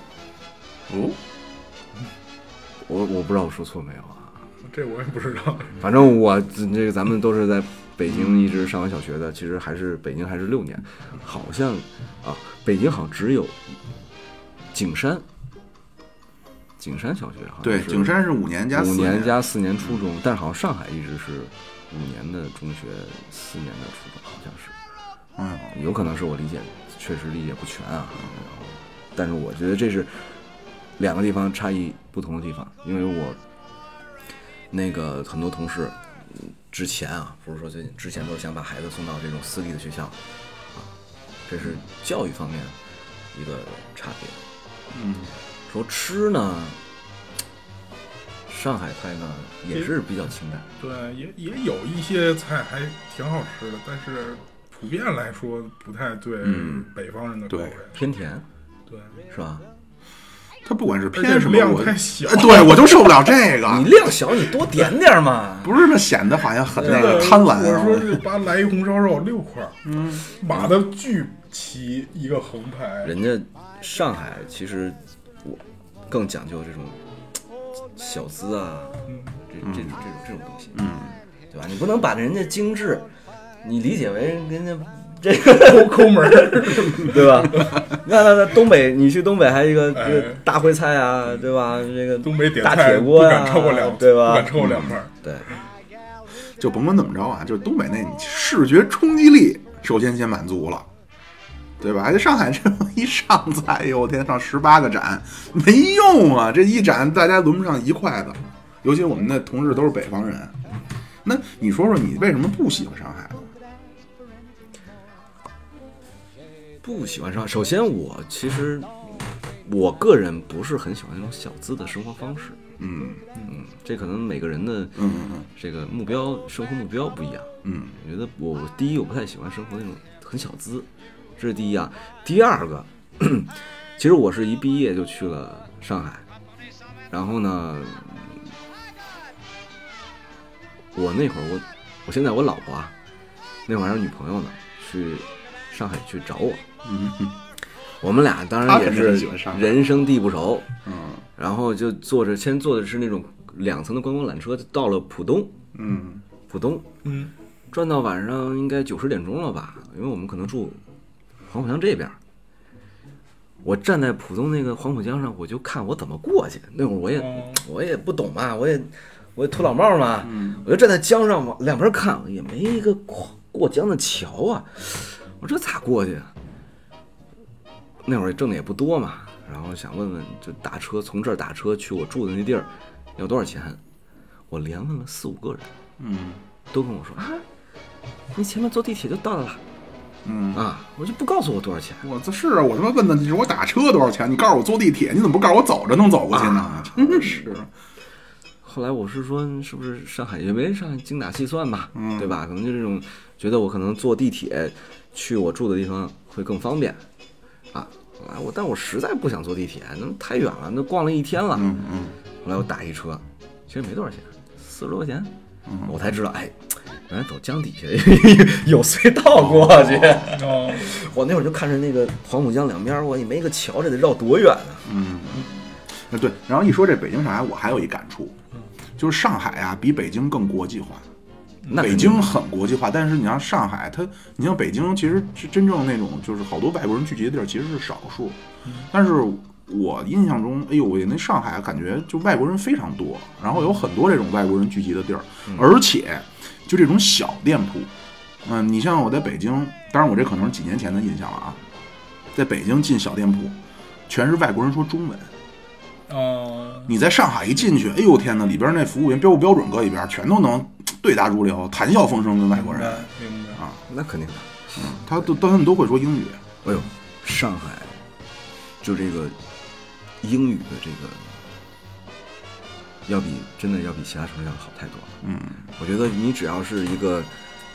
嗯
哦，
我我不知道我说错没有啊，
这我也不知道。
反正我这个咱们都是在北京一直上完小学的，其实还是北京还是六年，好像啊，北京好像只有景山，景山小学好
哦
像
对，
是
景山是五年嗯加
五
四
年加四年初中，但是好像上海一直是五年的中学，四年的初中，好像是，
哎
有可能是我理解确实理解不全啊。然后，但是我觉得这是两个地方差异不同的地方，因为我那个很多同事嗯之前啊，不是说最近之前都是想把孩子送到这种私立的学校啊，这是教育方面一个差别。
呦，嗯，
说吃呢，上海菜呢也是比较清淡。
对，也也有一些菜还挺好吃的，但是普遍来说不太对
嗯
北方人的口味。
偏甜，
对，
是吧？
它不管是
而且
偏什么，
量
我
太小
哎，对我就受不了这
*laughs*
你
个，
量小，你多点点儿嘛。
不是那显得好像很那
真
个
的
贪婪
我
啊。
说是把来一红烧肉六块，嗯，码的巨齐，一个横排，
人家上海其实我更讲究这种嘖小资啊，
嗯，
这这这种这种东西，
嗯，
对吧？你不能把人家精致，你理解为人家
*laughs*
这个，
抠抠门儿。
对吧？ *laughs* 那那那东北，你去东北还有一个
哎
这个大烩菜啊，对吧？这个
东北点
大
菜
铁锅
不
呀
敢超过两，，
对
不
吧
敢？超过两块儿。
对，
就甭管怎么着啊，就是东北那视觉冲击力，首先先满足了，对吧？这上海这么一上菜，哎呦我天，上十八个展没用啊！这一展大家轮不上一筷子，尤其我们的同事都是北方人，那你说说你为什么不喜欢上海呢？
不喜欢上。首先，我其实我个人不是很喜欢那种小资的生活方式。
嗯
嗯，这可能每个人的
嗯嗯
这个目标、生活目标不一样。
嗯
我觉得我第一，我不太喜欢生活那种很小资，这是第一啊。第二个，其实我是一毕业就去了上海，然后呢，我那会儿我，我现在我老婆啊，那会儿还是女朋友呢，去上海去找我，
嗯嗯
我们俩当然
她
也
肯定
是
喜欢上海
人生地不熟，
嗯
然后就坐着，先坐的是那种两层的观光缆车，就到了浦东，
嗯
浦东
嗯，
转到晚上应该九十点钟了吧，因为我们可能住黄浦江这边儿。我站在浦东那个黄浦江上，我就看我怎么过去。那会儿我也、
哦
我也不懂嘛，我也我也土老帽嘛，我就站在江上往两边看，也没一个跨过江的桥啊。我这咋过去啊？那会儿挣的也不多嘛，然后想问问，就打车从这儿打车去我住的那地儿要多少钱？我连问了四五个人，
嗯
都跟我说啊，你前面坐地铁就到了
嗯，
啊，我就不告诉我多少钱。
我这是啊，我他妈问的是我打车多少钱？你告诉我坐地铁，你怎么不告诉我走着能走过去呢
啊？
真是，
后来我是说，是不是上海也没上海精打细算吧，
嗯
对吧？可能就这种觉得我可能坐地铁去我住的地方会更方便啊。后来我但我实在不想坐地铁，那太远了，那逛了一天了。
嗯嗯。
后来我打一车，其实没多少钱，四十多块钱，
嗯
我才知道，哎，原来走江底下 *laughs* 有隧道过去。 *laughs*
哦，
我那会儿就看着那个黄浦江两边儿，我也没个桥，这得绕多远啊？
啊，对，然后一说这北京上海，我还有一感触，
嗯
就是上海啊比北京更国际化。
那
北
肯定
京很国际化，但是你像上海，它你像北京，其实是真正那种就是好多外国人聚集的地儿，其实是少数。
嗯
但是我印象中，哎呦喂，那上海感觉就外国人非常多，然后有很多这种外国人聚集的地儿，
嗯
而且就这种小店铺，嗯、你像我在北京，当然我这可能是几年前的印象了啊，在北京进小店铺，全是外国人说中文。
哦，
你在上海一进去，哎呦天哪，里边那服务员标不标准搁一边，全都能对答如流，谈笑风生，跟外国人，啊
明白，
那肯定的。
他都他们都会说英语。
哎呦，上海就这个英语的这个，要比真的要比其他城市要好太多了。
嗯
我觉得你只要是一个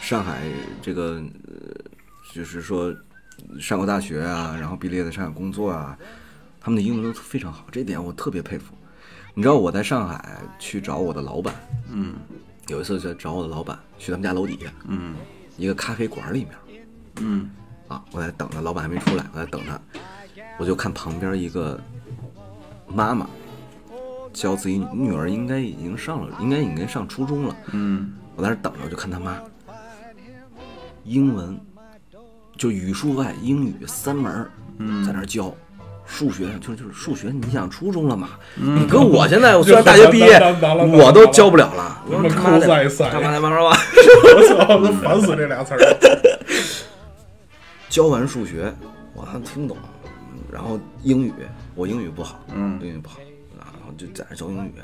上海这个，呃就是说上过大学啊，然后毕业在上海工作啊，他们的英文都非常好，这一点我特别佩服。你知道我在上海去找我的老板，嗯，有一次去找我的老板，去他们家楼底下，
嗯
一个咖啡馆里面，
嗯
啊，我在等他，老板还没出来，我在等他，我就看旁边一个妈妈教自己女儿，应该已经上了，应该已经上初中了。
嗯
我在那儿等着，我就看他妈，英文就语数外英语三门儿，在那儿教。数学就就是数学，你想初中了嘛？你跟我现在，我虽然大学毕
就
业
很难难难，难
我都教不了了。
难
我说他妈
抠塞
的，
塞
他妈的，慢慢吧。
*laughs* 我操，都烦死这俩词儿了。 *laughs*
教完数学，我还听懂，嗯然后英语，我英语不好，
嗯
英语不好，然后就在那教英语。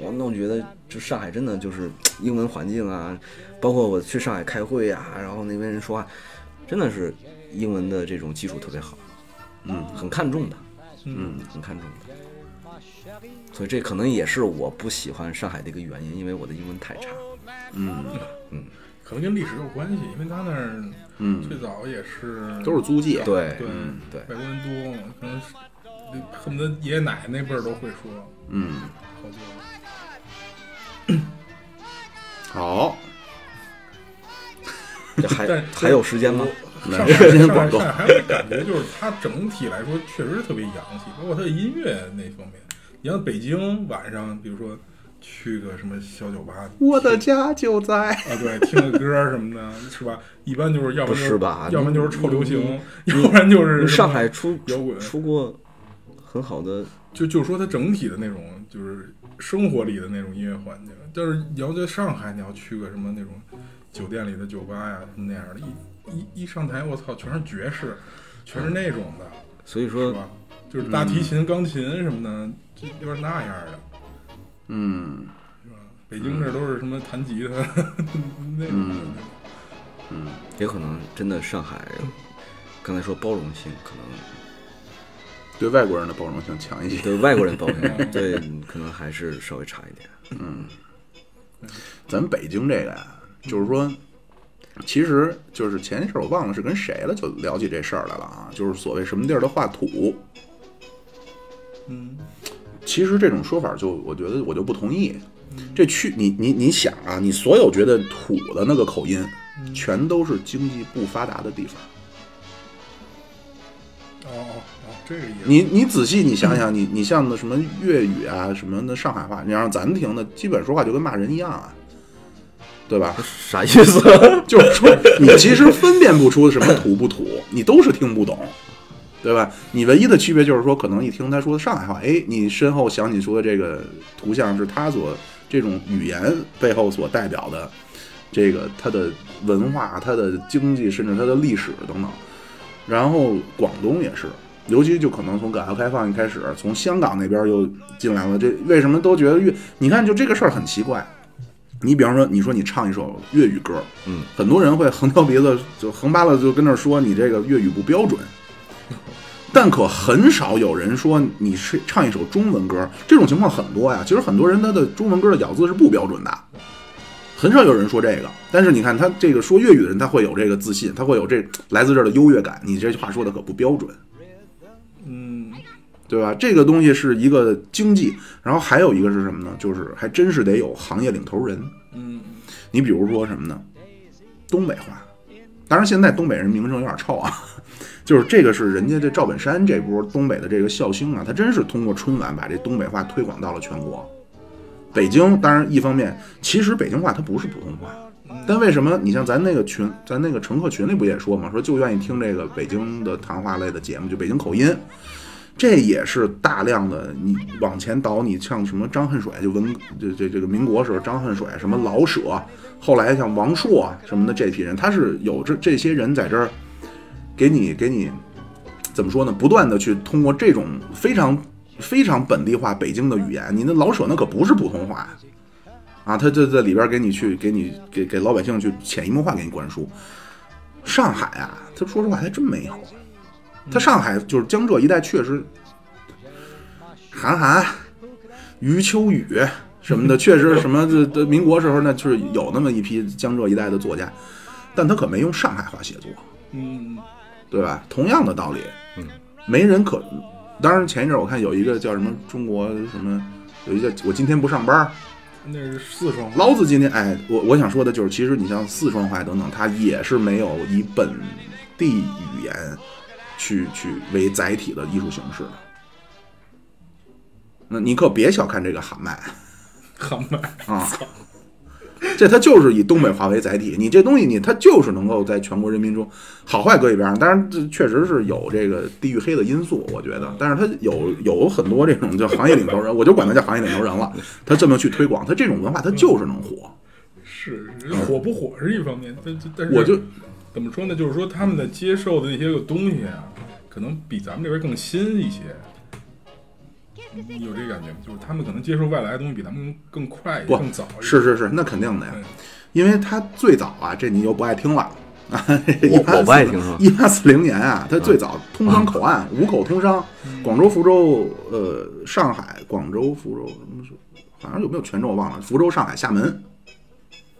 我那我觉得，就上海真的就是英文环境啊，包括我去上海开会呀、然后那边人说话，真的是英文的这种基础特别好，嗯，很看重的，嗯，很看重的。所以这可能也是我不喜欢上海的一个原因，因为我的英文太差。
可能跟历史有关系，因为他那儿最
嗯，
早也是
都是租界，
对
对
嗯
对
外国人
*laughs*
多嘛，可能是恨不得爷爷奶奶那辈儿都会说
嗯，
好多。
好，
这还
但是
还有时间吗？
上海
时间
上海
*laughs*
广告
上海还有一感觉就是它整体来说确实是特别洋气，包括它的音乐那方面。你像北京晚上，比如说去个什么小酒吧，
我的家就在，
啊，对，听个歌儿什么的，是吧？一般就是要不然就是
不是吧
要不然就是臭流行，要不然就是
上海出
摇滚
出过很好的
就就说它整体的那种就是生活里的那种音乐环境。但是你要在上海，你要去个什么那种酒店里的酒吧呀什么那样的，一一一上台，我操，全是爵士，全是那种的，
所以
是
说，
吧？就是大提琴、钢琴什么的，就就是那样的。
嗯
北京这都是什么弹吉他那种的，
嗯嗯，
也可能真的上海，刚才说包容性，可能
对外国人的包容性强一些。
对外国人包容性
*laughs* 嗯，
对可能还是稍微差一点。 *laughs*
咱们北京这个呀，就是说，其实就是前一阵儿我忘了是跟谁了，就聊起这事儿来了啊，就是所谓什么地儿的画土，
*laughs* 嗯，
其实这种说法就我觉得我就不同意。这去你你你想啊，你所有觉得土的那个口音，全都是经济不发达的地方。
哦哦哦，这个意思。
你你仔细你想想，你你像那什么粤语啊，什么那上海话，你让咱听的，基本说话就跟骂人一样啊，对吧？
啥意思？ *laughs*
就是说，你其实分辨不出什么土不土，你都是听不懂，对吧？你唯一的区别就是说，可能一听他说的上海话，哎，你身后想起说的这个图像是他所这种语言背后所代表的这个他的文化、他的经济，甚至他的历史等等。然后广东也是，尤其就可能从改革开放一开始，从香港那边又进来了。这为什么都觉得粤？你看，就这个事儿很奇怪。你比方说，你说你唱一首粤语歌，
嗯，
很多人会横挑鼻子就横扒拉就跟那儿说你这个粤语不标准， *laughs* 但可很少有人说你是唱一首中文歌，这种情况很多呀。其实很多人他的中文歌的咬字是不标准的，很少有人说这个。但是你看他这个说粤语的人，他会有这个自信，他会有这来自这儿的优越感。你这句话说的可不标准，
嗯，
对吧？这个东西是一个经济，然后还有一个是什么呢？就是还真是得有行业领头人。
嗯，
你比如说什么呢？东北话，当然现在东北人名声有点臭啊， *laughs* 就是这个是人家这赵本山这波东北的这个笑星啊，他真是通过春晚把这东北话推广到了全国。北京当然一方面，其实北京话它不是普通话，但为什么你像咱那个群，咱那个乘客群里不也说嘛，说就愿意听这个北京的谈话类的节目，就北京口音。这也是大量的你往前倒，你像什么张恨水，就文这这这个民国时候张恨水，啊什么老舍，后来像王朔啊什么的这批人，他是有这这些人在这儿给你给你怎么说呢？不断的去通过这种非常非常本地化北京的语言，你那老舍那可不是普通话呀啊，他就在里边给你去给你给给老百姓去潜移默化给你灌输。上海啊，他说实话还真没有，他上海就是江浙一带确实，韩寒、余秋雨什么的，确实什么这这民国时候那就是有那么一批江浙一带的作家，但他可没用上海话写作。
嗯，
对吧？同样的道理，嗯，没人可。当然前一阵儿我看有一个叫什么中国什么有一个我今天不上班，
那是四川话， *laughs*
老子今天哎，我我想说的就是，其实你像四川话等等，它也是没有以本地语言去去为载体的艺术形式的。那你可别小看这个喊麦
喊麦
啊，这它就是以东北话为载体。你这东西你它就是能够在全国人民中好坏搁一边儿，当然这确实是有这个地域黑的因素，我觉得。但是它有有很多这种叫行业领头人，我就管它叫行业领头人了。他这么去推广，他这种文化它就是能火。
是是火不火是一方面，但但但是
嗯我就
怎么说呢？就是说他们的接受的一些个东西啊，可能比咱们这边更新一些。你有这感觉吗？就是他们可能接受外来的东西比咱们更快、
不
更早一些。嗯
是是是，那肯定的呀
对，
因为他最早啊，这你又不爱听了。 *laughs*
我我不爱听是吧嗯
一八四零年啊，他最早通商口岸，五口通商，
嗯
广州、福州、呃上海、广州、福州，什么是？好像有没有泉州我忘了，福州、上海、厦门，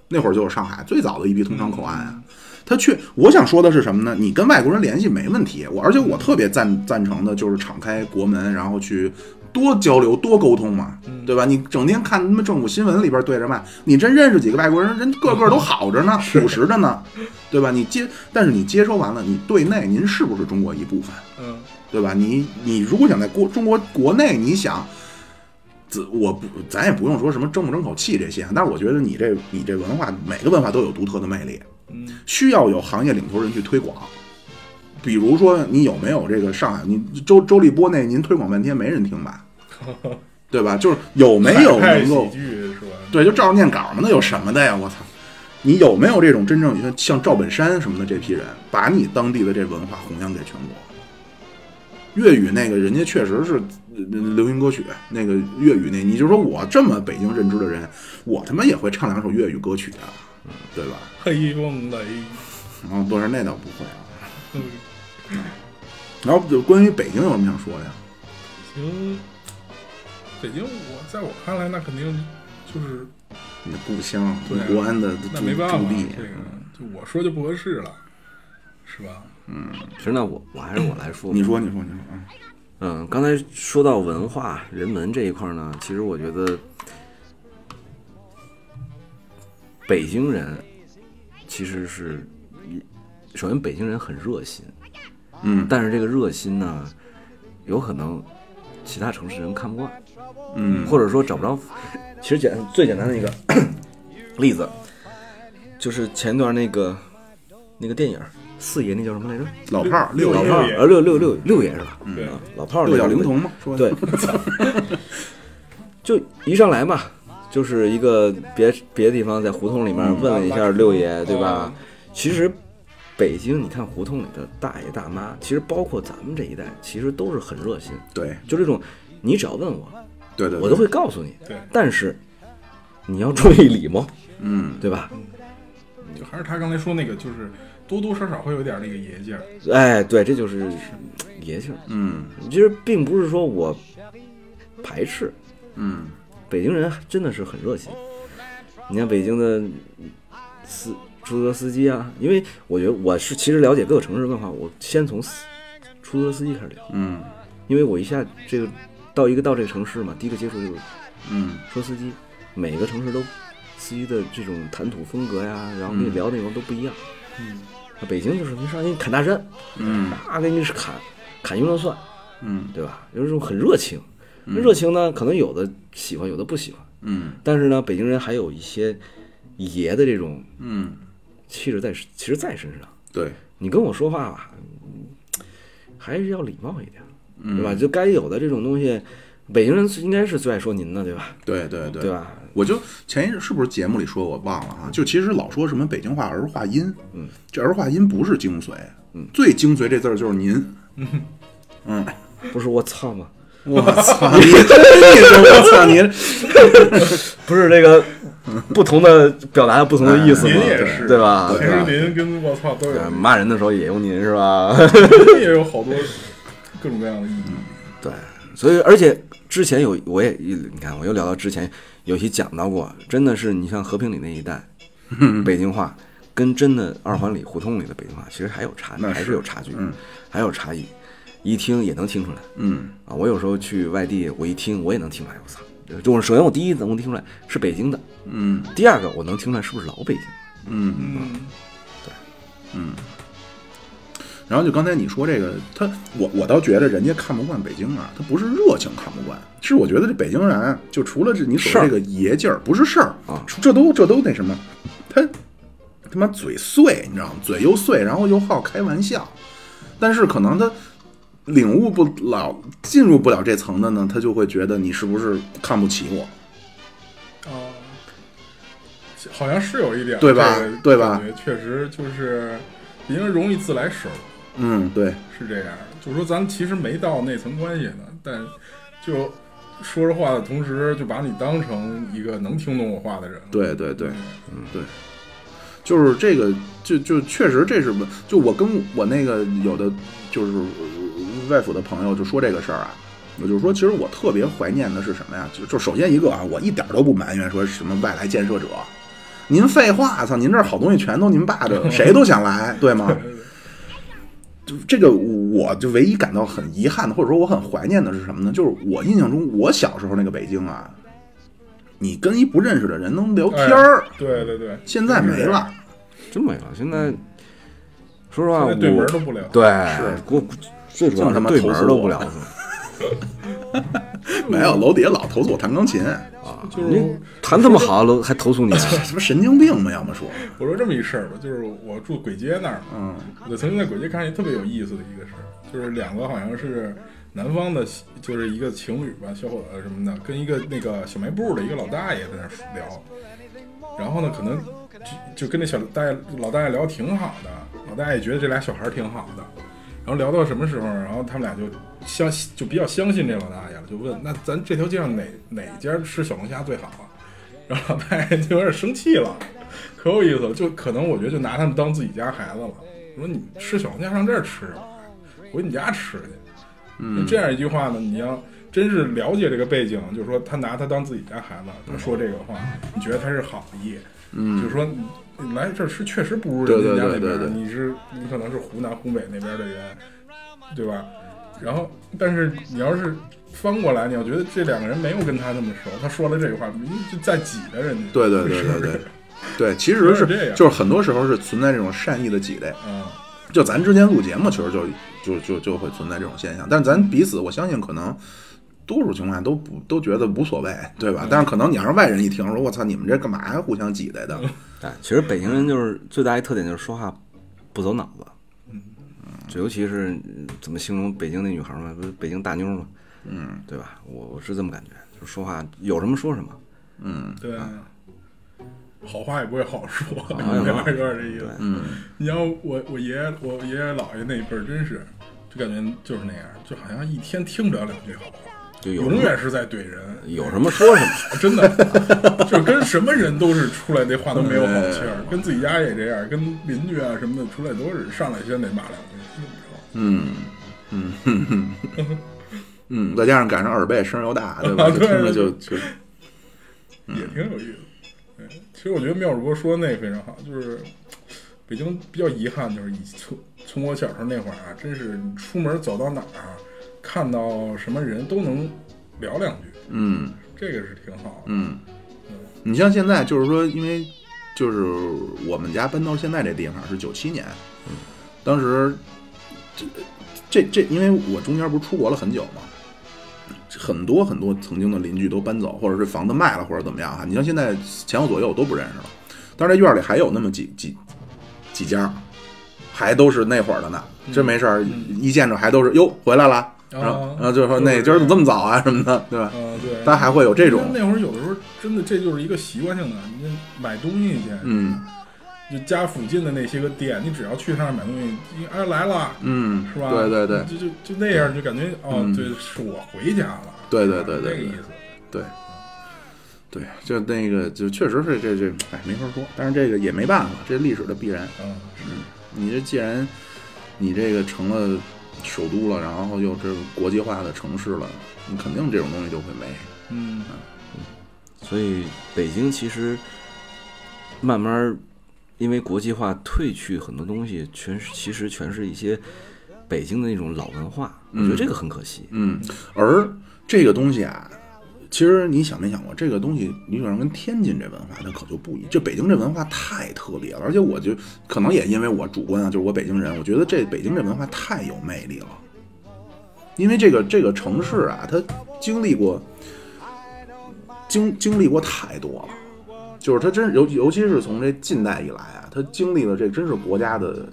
那会儿就是上海最早的一批通商口岸啊。他去，我想说的是什么呢？你跟外国人联系没问题，我而且我特别赞赞成的就是敞开国门，然后去多交流、多沟通嘛，对吧？你整天看他妈政府新闻里边对着骂，你真认识几个外国人，人个个都好着呢，朴实着呢，对吧？你接，但是你接收完了，你对内您是不是中国一部分？
嗯，
对吧？你你如果想在国中国国内，你想，自我不咱也不用说什么争不争口气这些啊，但是我觉得你这你这文化每个文化都有独特的魅力，
嗯，
需要有行业领头人去推广。比如说，你有没有这个上海？你周周立波那您推广半天没人
*laughs*
听吧？对吧？就是有没有
海派
能够
喜剧是吧？
对，就照着念稿嘛，那有什么的呀？我操！你有没有这种真正像像赵本山什么的这批人，把你当地的这文化弘扬给全国？粤语那个人家确实是呃流行歌曲，那个粤语那，你就说我这么北京认知的人，我他妈也会唱两首粤语歌曲的，对吧？
黑风雷，
啊，不是那倒不会啊。
嗯，
*laughs* 然后就关于北京有什么想说的呀？
行。北京，我在我看来，那肯定就是
你的故乡，
对啊
你国安的驻
那没办法，
驻地，
这个就我说就不合适了，是吧？
其实那我我还是我来说吧，
你说，你说，你说啊，
嗯，刚才说到文化人文这一块儿呢，其实我觉得北京人其实是一，首先北京人很热心，
嗯
但是这个热心呢，有可能其他城市人看不惯，
嗯
或者说找不着。其实简最简单的一个 *coughs* 例子，就是前段那个那个电影儿四爷那叫什么来着？
老炮儿
六
六
老
爷
炮儿，呃，六六六六爷是吧？
对，
啊老炮儿
六
那
小
个
龄童嘛，说的
对， *laughs* 就一上来嘛，就是一个别别的地方在胡同里
嗯
面问了一下六爷，对吧？其实北京，你看胡同里的大爷大妈，其实包括咱们这一代，其实都是很热心，
对
就这种，你只要问我，
对对，
我都会告诉你。
对
但是你要注意礼貌，
嗯，
对吧？
就还是他刚才说那个，就是多多少少会有点那个爷劲儿，
哎，对，这就是爷气儿。
嗯
其实并不是说我排斥，
嗯
北京人真的是很热心。你看北京的司出租车司机啊，因为我觉得我是其实了解各个城市文化，我先从司出租车司机开始聊，
嗯
因为我一下这个到一个到这个城市嘛，第一个接触就是
嗯
说司机，每个城市都司机的这种谈吐风格呀，然后跟你聊的内容都不一样。
嗯，
那北京就是你上去砍大山，
嗯
啊，给你砍砍一愣蒜，
嗯
对吧？就是这种很热情，那热情呢，可能有的喜欢，有的不喜欢。
嗯
但是呢，北京人还有一些爷的这种
嗯，
气质在，其实在身上。
对，
你跟我说话吧，嗯还是要礼貌一点，对吧？就该有的这种东西，北京人应该是最爱说您的，对吧？
对对对
对？吧？
我就前一阵是不是节目里说我忘了哈、就其实老说什么北京话儿化音，嗯，这儿化音不是精髓，嗯，最精髓这字儿就是您，嗯，
不是我操吗？
我操， *laughs* 你真一说我操你，
不是这个不同的表达有不同的意思
您
吗？
也是
对吧？
其
对
实
吧
您跟我操都有
对，
嗯
骂人的时候也用您是吧？
您也有好多各种各样的意义。
对，所以而且之前有我也你看我又聊到之前有期讲到过，真的是你像和平里那一
*laughs*
带，北京话跟真的二环里胡同里的北京话其实还有差，
那是
还是有差距，
嗯
还有差异，一听也能听出来
嗯
啊。我有时候去外地，我一听我也能听出来，我操，就我首先我第一能听出来是北京的，
嗯
第二个我能听出来是不是老北京。
嗯
嗯，
嗯。然后就刚才你说这个，他我我倒觉得人家看不惯北京啊，他不是热情看不惯，是我觉得这北京人啊就除了这你
事
所
儿
谓这个爷劲儿，不是事儿
啊
这都这都那什么，他他妈嘴碎，你知道吗？嘴又碎，然后又好开玩笑，但是可能他领悟不了、进入不了这层的呢，他就会觉得你是不是看不起我？
哦，好像是有一点，
对吧
这个
对吧
感觉确实就是，因为容易自来熟，
嗯，对，
是这样。就是说，咱们其实没到那层关系呢，但就说着话的同时，就把你当成一个能听懂我话的人了。
对对对，对，就是这个，就就确实这是，就我跟我那个有的就是呃外府的朋友就说这个事儿啊，我就说，其实我特别怀念的是什么呀？就就首先一个啊，我一点都不埋怨说什么外来建设者，您废话，操，您这儿好东西全都您霸着，谁都想来，对吗？
对对
就这个，我就唯一感到很遗憾的，或者说我很怀念的是什么呢？就是我印象中，我小时候那个北京啊，你跟一不认识的人能聊天儿。
哎对对对，
现在没了。
真没了。现在
嗯
说实话，
现在
我
对门儿都不聊
对，
是
我最主要
净他
是
妈
对
投
门
诉
儿都
我
不聊。
没有，楼底下老投诉我弹钢琴，
就是
你
我
啊弹这么好了，还投诉你啊？
什么神经病嘛，要么说，
我说这么一事儿吧，就是我住簋街那儿嘛，
嗯
我曾经在簋街看见特别有意思的一个事儿，就是两个好像是南方的，就是一个情侣吧，小伙子什么的，跟一个那个小卖部的一个老大爷在那儿聊，然后呢，可能就就跟那小大爷老大爷聊得挺好的，老大爷觉得这俩小孩儿挺好的，然后聊到什么时候，然后他们俩就相就比较相信这老大爷了，就问那咱这条街上哪哪家吃小龙虾最好啊？然后老大爷就有点生气了，可有意思了，就可能我觉得就拿他们当自己家孩子了。我说你吃小龙虾上这儿吃什么呀？回你家吃去。嗯，这样一句话呢，你要真是了解这个背景，就是说他拿他当自己家孩子，他说这个话，你觉得他是好意，嗯，就是说你你来这儿吃确实不如人家家那
对对对
边
对
儿，
对
你是你可能是湖南、湖北那边的人，对吧？然后，但是你要是翻过来，你要觉得这两个人没有跟他那么熟，他说了这个话，明明就在挤着人家。
*laughs* 对对对对对 *laughs* 对，其实是
有点这样
就是很多时候是存在这种善意的挤兑，
嗯，
就咱之间录节目，其实就就就就会存在这种现象，但咱彼此，我相信可能。多数情况下都不都觉得无所谓，对吧？但是可能你要是外人一听说，我操，你们这干嘛呀？互相挤 *laughs* 兑的，
对，哎其实北京人就是最大一特点就是说话不走脑子，
嗯
就尤其是嗯怎么形容北京那女孩儿嘛，不是北京大妞儿嘛，嗯，对吧？我我是这么感觉，就是说话有什么说什么，
嗯
对，好话也不会好说，
话也不
有点
会好
有点这意思
对。
嗯，
你要我我爷爷我爷爷姥爷那一辈儿，真是就感觉就是那样，就好像一天听不了两句好话，
就有什
永
么
远是在怼人，啊
有什么说什么，
真的， *laughs* 就是跟什么人都是出来那话都没有好气儿，跟自己家也这样，跟邻居啊什么的出来都是上来先得骂两句，怎么着？
嗯嗯哼哼嗯，再加上赶上耳背声儿又大，对吧？
啊
就
对
听着就就嗯
也挺有意思。对，其实我觉得妙主播说的那个非常好，就是北京比较遗憾，就是以从从我小时候那会儿啊，真是你出门走到哪儿啊，看到什么人都能聊两句，
嗯。
这个是挺好的。
嗯，你像现在就是说，因为就是我们家搬到现在这地方是九七年，
嗯
当时这这这，因为我中间不是出国了很久嘛，很多很多曾经的邻居都搬走，或者是房子卖了，或者怎么样哈。你像现在前后左右我都不认识了，但是这院里还有那么几几几家，还都是那会儿的呢。
嗯
真没事儿，一见着还都是哟回来了，然后
啊
然后就说那
就是
今儿怎么这么早啊什么的，对吧？
嗯，对。
但还会有这种
那会儿有的时候真的这就是一个习惯性的，你买东西去，
嗯。
就家附近的那些个店，你只要去他那儿买东西，你哎来了，
嗯，
是吧？
对对对
就就就那样，就感觉哦
嗯，
对，是我回家了，
对对对
那个
对对
意思。
对对，就那个就确实是这这，哎，没法说。但是这个也没办法，这历史的必然。
嗯，
你这既然你这个成了首都了，然后又这国际化的城市了，你肯定这种东西就会没。
嗯，
所以北京其实慢慢儿因为国际化退去很多东西，全是其实全是一些
嗯
北京的那种老文化，我觉得这个很可惜。
嗯，而这个东西啊，其实你想没想过，这个东西你想跟天津这文化，它可就不一。这北京这文化太特别了，而且我就可能也因为我主观啊，就是我北京人，我觉得这北京这文化太有魅力了。因为这个这个城市啊，它经历过经经历过太多了，就是它真尤尤其是从这近代以来啊，它经历了这真是国家的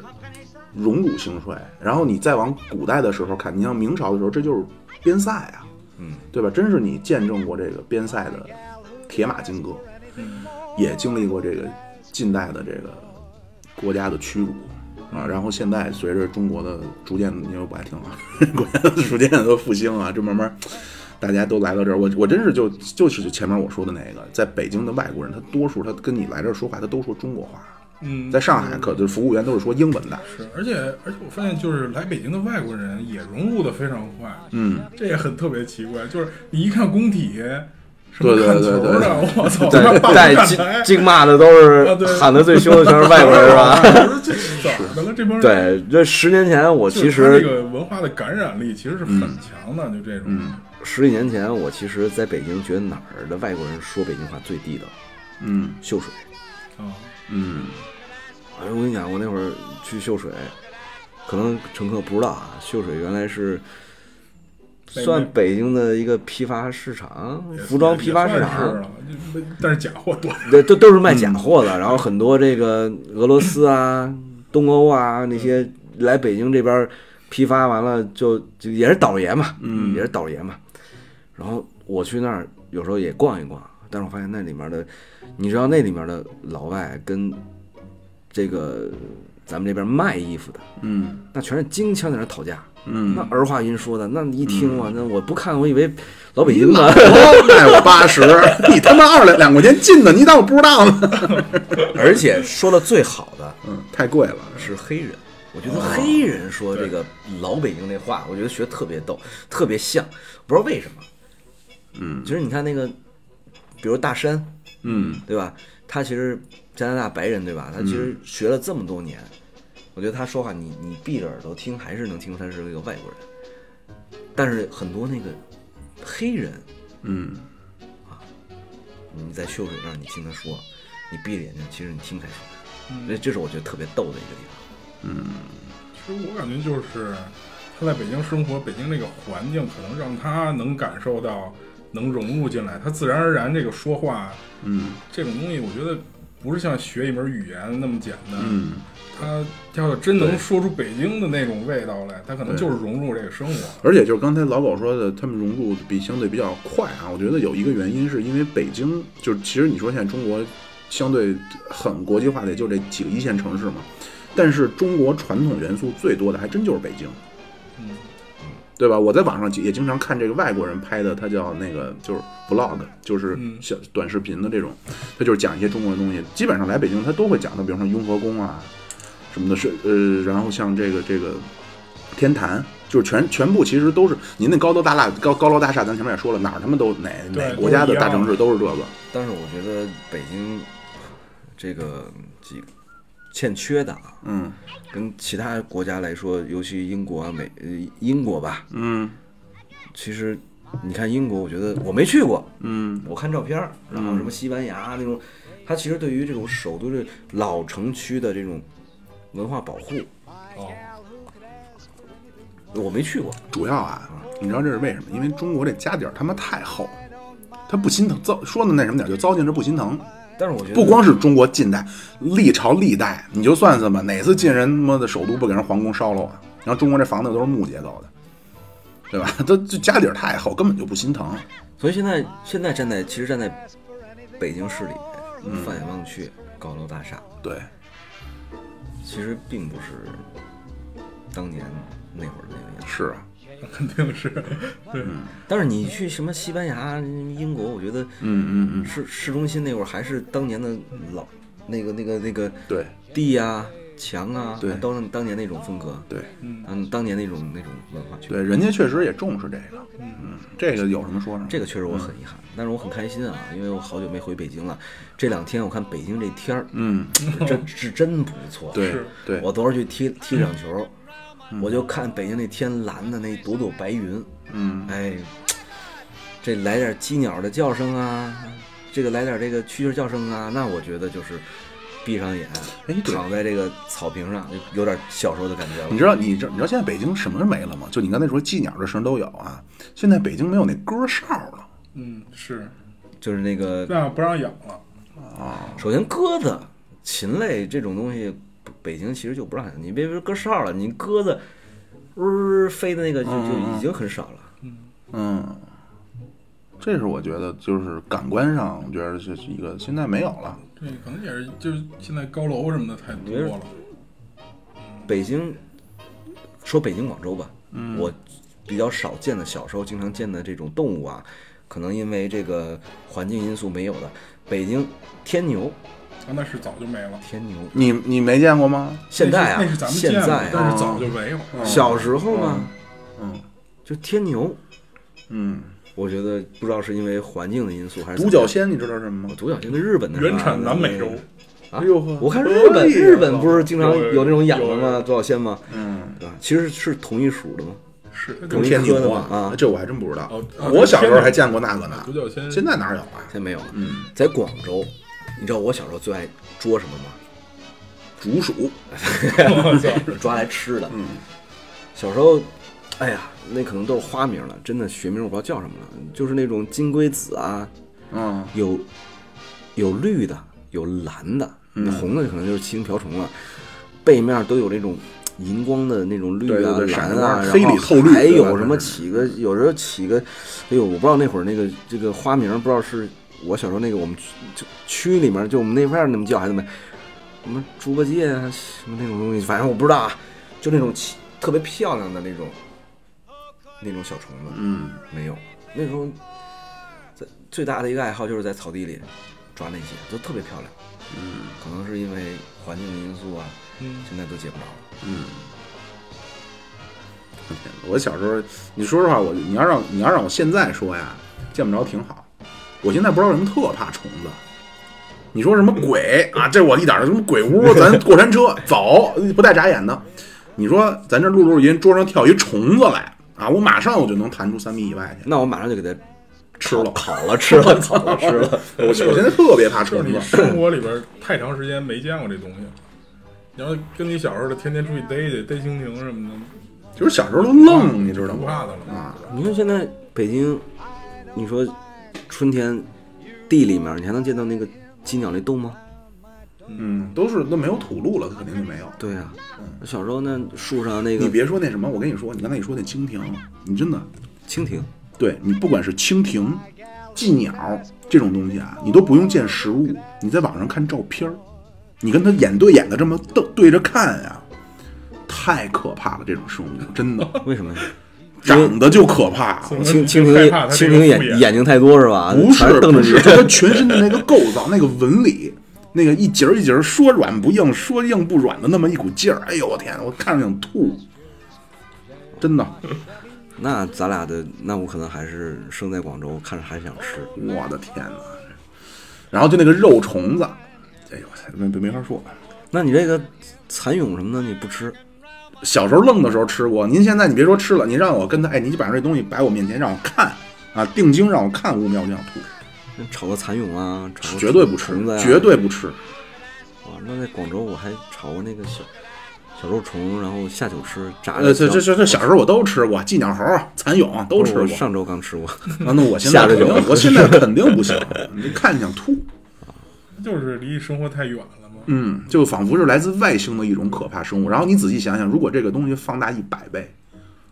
荣辱兴衰。然后你再往古代的时候看，你像明朝的时候，这就是边塞啊，嗯，对吧？真是你见证过这个边塞的铁马金戈，也经历过这个近代的这个国家的屈辱。啊，然后现在随着中国的逐渐，因为我不爱听啊， *laughs* 国家的逐渐的复兴啊，这慢慢大家都来到这儿，我我真是就就是就前面我说的那个，在北京的外国人，他多数他跟你来这儿说话，他都说中国话。
嗯，
在上海，可就是服务员都是说英文的。
是，而且而且我发现，就是来北京的外国人也融入的非常快，
嗯，
这也很特别奇怪。就是你一看工体，什
对
么
对
看
对
球
对
的，我操，
带
半
带
站
京
台， *laughs*
京骂的都
啊
是
对
喊的最凶的全是外国人是
*laughs*
吧？
我说这是咋的了？这帮人
对，这十年前我
就是
其
他
实嗯
这个文化的感染力其实是很强的，就这种，
十几年前我其实在北京觉得哪儿的外国人说北京话最地道，
嗯
秀水。
啊，
嗯
哎，我跟你讲，我那会儿去秀水，可能乘客不知道啊，秀水原来是
北
算
面
北京的一个批发市场
也，
服装批发市
也算是
场，
了，就但是假货多， *laughs*
对，都都是卖假货的。然后很多这个俄罗斯啊、东欧啊那些来北京这边儿批发完了就，就也是倒爷嘛，
嗯
也是倒爷嘛。然后我去那儿有时候也逛一逛，但是我发现那里面的，你知道那里面的老外跟这个咱们这边卖衣服的，
嗯
那全是京腔在那儿讨价。那
嗯，
儿化音说的，那一听我、那我不看，我以为老北京的。
我卖我八十，你他妈二两两块钱进的，你当我不知道呢？
而且说的最好的
嗯，太贵了。
是黑人，我觉得黑人说这个老北京那话，我觉得学得特别逗，特别像，不知道为什么。
嗯
就是你看那个，比如大山，
嗯
对吧？他其实加拿大白人，对吧？他其实学了这么多年，我觉得他说话你你闭着耳朵听，还是能听出他是个外国人。但是很多那个黑人，
嗯，
你在秀水那儿你听他说，你闭着眼睛，其实你听不太出来。所以这是我觉得特别逗的一个地方。
其实我感觉就是他在北京生活，北京这个环境可能让他能感受到，能融入进来，他自然而然这个说话，
嗯，
这种东西，我觉得不是像学一门语言那么简单。
嗯，
他他要真能说出北京的那种味道来，他可能就是融入这个生活。
而且就是刚才老狗说的，他们融入比相对比较快啊。我觉得有一个原因是因为北京，就是其实你说现在中国相对很国际化的，也就这几个一线城市嘛。但是中国传统元素最多的还真就是北京，
嗯，
对吧？我在网上也经常看这个外国人拍的，他叫那个就是 vlog，就是
嗯
小短视频的这种，他就是讲一些中国的东西。基本上来北京他都会讲的，比如说雍和宫啊什么的，是呃，然后像这个这个天坛。就是全全部其实都是您那高楼大厦高高楼大厦，咱前面也说了，哪儿他妈都哪
对
哪个国家
都
的
一样
大城市都是这个，
但是我觉得北京这个几欠缺的啊，
嗯
跟其他国家来说，尤其英国啊、美呃英国吧，
嗯
其实你看英国，我觉得我没去过，
嗯
我看照片儿，然后什么西班牙那种，它其实对于这种首都这老城区的这种文化保护，
哦，
我没去过，
主要啊，你知道这是为什么？因为中国这家底儿他妈太厚，他不心疼，糟说的那什么点儿，就糟践着不心疼。
但是我觉得
不光是中国近代，历朝历代，你就算算吧，哪次晋人他妈的首都不给人皇宫烧了啊？然后中国这房子都是木结构的，对吧？ *laughs* 这这家底儿太厚，根本就不心疼。
所以现在现在站在其实站在北京市里
嗯
面，放眼望去，高楼大厦，
对，
其实并不是当年那会儿那个样子。
是啊，
肯定是，对，
但是你去什么西班牙、英国，我觉得
嗯嗯嗯，
市市中心那会儿还是当年的老那个那个那个
对
地啊、墙啊，
对
当当年那种风格，
对
嗯，当年那种那种文化圈，
对，人家确实也重视这个，嗯，这个有什么说什么。
这个确实我很遗憾，但是我很开心啊，因为我好久没回北京了。这两天我看北京这天儿，
嗯，
真
*laughs*
是真不错。
对
是
对，嗯
我昨儿去踢踢场球，我就看北京那天蓝的那朵朵白云，
嗯
哎，这来点鸡鸟的叫声啊，这个来点这个蛐蛐叫声啊，那我觉得就是闭上眼，
哎对
躺在这个草坪上，有点小时候的感觉了。
你知道你知你知道现在北京什么没了吗？就你刚才说鸡鸟这声都有啊，现在北京没有那歌哨了。
嗯，是，
就是那个
啊
那不让养了。
首先，鸽子、禽类这种东西，北京其实就不让养。你别说鸽哨了，你鸽子呜、飞的那个就就已经很少了。
嗯，这是我觉得就是感官上，我觉得这是一个现在没有了。
这可能也是，就是现在高楼什么的太多了。
北京，说北京、广州吧，
嗯
我比较少见的，小时候经常见的这种动物啊，可能因为这个环境因素没有的。北京天牛，
啊，那是早就没了。
天牛，
你你没见过吗？
现在啊，
那是那是咱们
现
见
在
的，
啊，哦
但是早就没有。
小时候嘛，
嗯
就天牛，
嗯，
我觉得不知道是因为环境的因素还是怎
独
么
角
样，
仙你知道什么吗？
独角仙那日本的
原产南美洲，
啊
哎呦呵
我看日本
可以啊
日本不是经常有那种养的
有有
吗？独角仙吗？
嗯，
对吧？其实是同一属的吗？
是
有
跟
一
天
科的
牛
嘛啊
这我还真不知道
哦啊。
我小时候还见过那个呢
独，角仙。
现在哪有啊？
现在没有了。嗯，在广州，你知道我小时候最爱捉什么吗？
竹鼠，
我操
抓来吃的。
嗯，
小时候，哎呀，那可能都是花名了，真的学名我不知道叫什么了。就是那种金龟子啊，
嗯
有有绿的，有蓝的，
嗯
那红的可能就是七星瓢虫了，背面都有那种。荧光的那种绿
对
啊、
对对
蓝啊，
闪光
然
黑
后
里透绿
还
对
有
吧
什么
就是
起个，有时候起个，哎呦，我不知道那会儿那个这个花名，不知道是我小时候那个我们区就区里面就我们那片儿那么叫还是怎么，什么猪八戒啊什么那种东西，反正我不知道啊，就那种起特别漂亮的那种那种小虫子，
嗯，
没有，那时候在最大的一个爱好就是在草地里抓那些，都特别漂亮。嗯，可能是因为环境的因素啊，
嗯
现在都戒不着了。
我小时候，你说实话，我你要让你要让我现在说呀，见不着挺好。我现在不知道为什么特怕虫子。你说什么鬼啊？这我一点儿什么鬼屋，咱过山车走，不带眨眼的。你说咱这录录音，桌上跳一虫子来啊，我马上我就能弹出三米以外去。
那我马上就给它
吃了
烤了吃
*laughs*
了，烤了吃了。
我我现在特别怕
就是
虫
你
子。
生活里边太长时间没见过这东西了。你要跟你小时候的天天出去逮去逮蜻蜓什么的，
就是小时候都愣，你知道
不
吗
怕？的了
啊，
你说现在北京，你说春天地里面你还能见到那个鸡鸟那洞吗？
嗯，都是都没有土路了，肯定就没有。
对呀、嗯小时候那树上那
你
个
别说那什么，我跟你说，你刚才你说那蜻蜓，你真的
蜻蜓，
对你不管是蜻蜓、寄鸟这种东西啊，你都不用见实物，你在网上看照片儿，你跟它眼对眼的这么瞪对着看呀、太可怕了！这种生物真
*laughs*
的
为什么呀？
长得就可怕，
蜻蜻蜓
害怕它
蜻
这个
蜓
复
眼眼睛太多是吧？
不
全
是
瞪着
不
你
是，。就它全身的那个构造、那个纹理、那个一节儿一节儿说软不硬、说硬不软的那么一股劲儿，哎呦我天，我看着想吐，真的，
*laughs* 那咱俩的，那我可能还是生在广州，看着还想吃。
我的天哪！然后就那个肉虫子，哎呦，没没没法说。
那你这个蚕蛹什么的你不吃，
小时候愣的时候吃过，您现在你别说吃了，您让我跟他，哎，你把这东西摆我面前让我看啊，定睛让我看五秒，我就想吐，
那炒个蚕蛹啊，炒个
绝对不吃
虫子，呀、啊
绝对不吃。
哇！那在广州我还炒过那个小小肉虫，然后下酒吃，炸
呃，
的小。
这这这这小时候我都吃过，寄鸟猴、蚕蛹都
我
吃过。
哦上周刚吃过。 *laughs*
啊，那我现在
下着
肯定
酒，
我现在肯定不行，你看想吐，
就是离生活太远了嘛。
嗯，就仿佛是来自外星的一种可怕生物。然后你仔细想想，如果这个东西放大一百倍，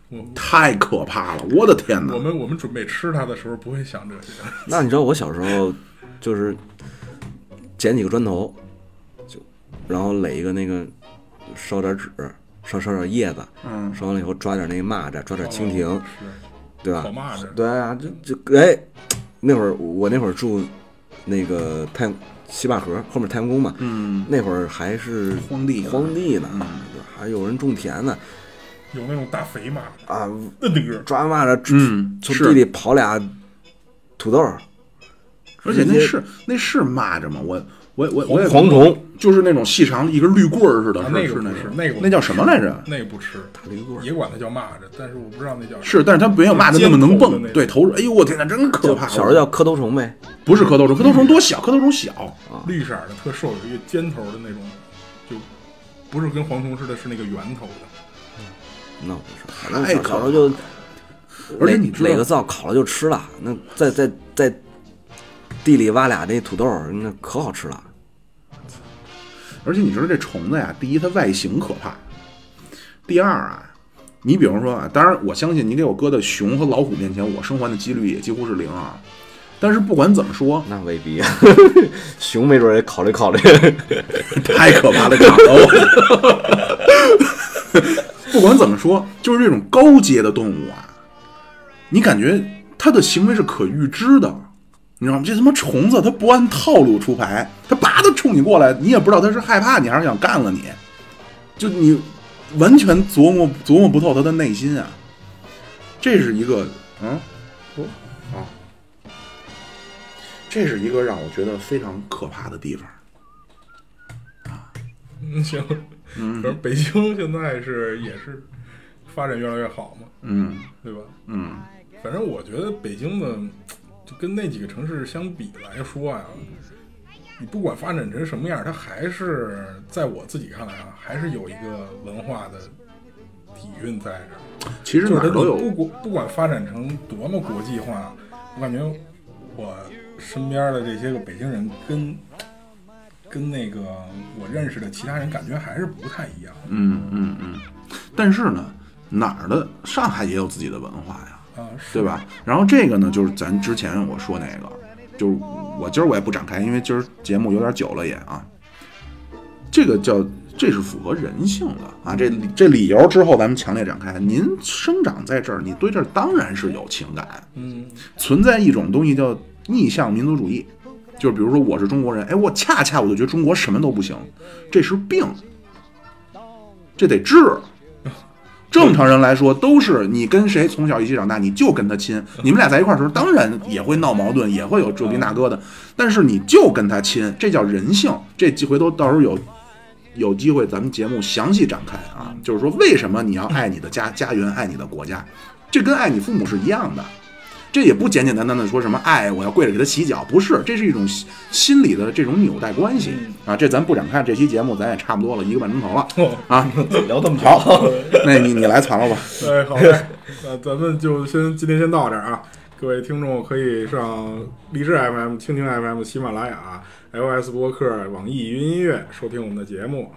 我
太可怕了，我的天哪
我！们我们准备吃它的时候不会想这
*laughs*
些，
那你知道我小时候就是捡几个砖头，就然后垒一个那个烧点纸，烧烧点叶子，
嗯
烧完了以后抓点那个蚂蚱，抓点蜻蜓，
哦
对吧？
是好蚂蚱，
对啊，就就哎，那会儿我那会儿住那个太阳西坝河后面太阳宫嘛，
嗯，
那会儿还是
荒地呢嗯
荒地呢，还有人种田呢
有那种大肥蚂蚱，
啊，
摁那个
抓蚂蚱，
嗯
从
是
地里刨俩土豆儿，
而且
直
那
接
是那是蚂蚱吗？我我我我也
蝗虫，
就是那种细长一根绿棍儿似的，
啊
是
那个
是
不
那
是
个
那个我
那叫什么来着？
那个不吃，
驴棍儿
也管它叫蚂蚱，但是我不知道那叫什么
是，但是它没有蚂蚱那么能
尖头的那
蹦，
种
对，头是，哎呦我天哪，真可怕！
小时候叫嗯蝌蚪虫呗，
不是蝌蚪虫，蝌蚪虫多小，蝌蚪虫小，
啊绿色的，特瘦，有一个尖头的那种，就不是跟蝗虫似的，是那个圆头的。
那我不是，反正
太
小
可
小时
怕
候就
而且
垒
你知
垒
道
个灶烤了就吃了，那在在在地里挖俩那土豆儿，那可好吃了。
而且你知道这虫子呀，第一它外形可怕，第二啊，你比如说啊，当然我相信你给我搁到熊和老虎面前，我生还的几率也几乎是零啊。但是不管怎么说，
那未必， *laughs* 熊没准儿也考虑考虑。
太可怕了，长得我。 *laughs* 不管怎么说，就是这种高阶的动物啊，你感觉它的行为是可预知的，你知道吗？这他妈虫子，它不按套路出牌，它叭的冲你过来，你也不知道它是害怕你还是想干了你，就你完全琢磨琢磨不透它的内心啊。这是一个，嗯，哦啊，这是一个让我觉得非常可怕的地方。
嗯，行，反正北京现在是也是发展越来越好嘛，
嗯
对吧？
嗯。
反正我觉得北京的，就跟那几个城市相比来说呀、你不管发展成什么样，它还是在我自己看来啊，还是有一个文化的底蕴在这儿。
其实
就
哪
是它
儿都有，
不管不管发展成多么国际化，我感觉我身边的这些个北京人跟跟那个我认识的其他人感觉还是不太一样
嗯嗯嗯。但是呢，哪儿的上海也有自己的文化呀，
啊，是
对吧？然后这个呢，就是咱之前我说那个，就是我今儿我也不展开，因为今儿节目有点久了也啊。这个叫这是符合人性的啊，这
嗯
这理由之后咱们强烈展开。您生长在这儿，你对这儿当然是有情感，
嗯，
存在一种东西叫逆向民族主义，就是比如说我是中国人，哎，我恰恰我就觉得中国什么都不行，这是病，这得治。正常人来说，都是你跟谁从小一起长大，你就跟他亲。你们俩在一块儿的时候，当然也会闹矛盾，也会有这逼那哥的，但是你就跟他亲，这叫人性。这几回头到时候有有机会，咱们节目详细展开啊，就是说为什么你要爱你的家家园，爱你的国家，这跟爱你父母是一样的。这也不简简单单的说什么爱，我要跪着给他洗脚，不是，这是一种心心理的这种纽带关系
嗯
啊。这咱不展开，这期节目咱也差不多了，一个半钟头了
哦，
啊。
聊这么久，
好，那你你来藏了吧。
哎，好嘞， *laughs* 那咱们就先今天先到这儿啊。各位听众可以上荔枝 FM、蜻蜓 FM、喜马拉雅、iOS 播客、网易云音乐收听我们的节目，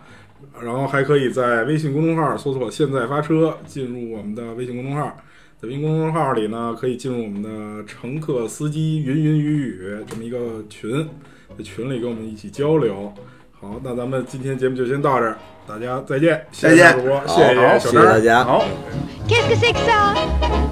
然后还可以在微信公众号搜索“现在发车”，进入我们的微信公众号。在微信公众号里呢，可以进入我们的乘客司机云云雨雨这么一个群，在群里跟我们一起交流。好，那咱们今天节目就先到这儿，大家再见，谢谢
再见
大主播，谢
好
谢
好
小
谢
张
谢大家。
好。
Qu'est-ce que c'est que ça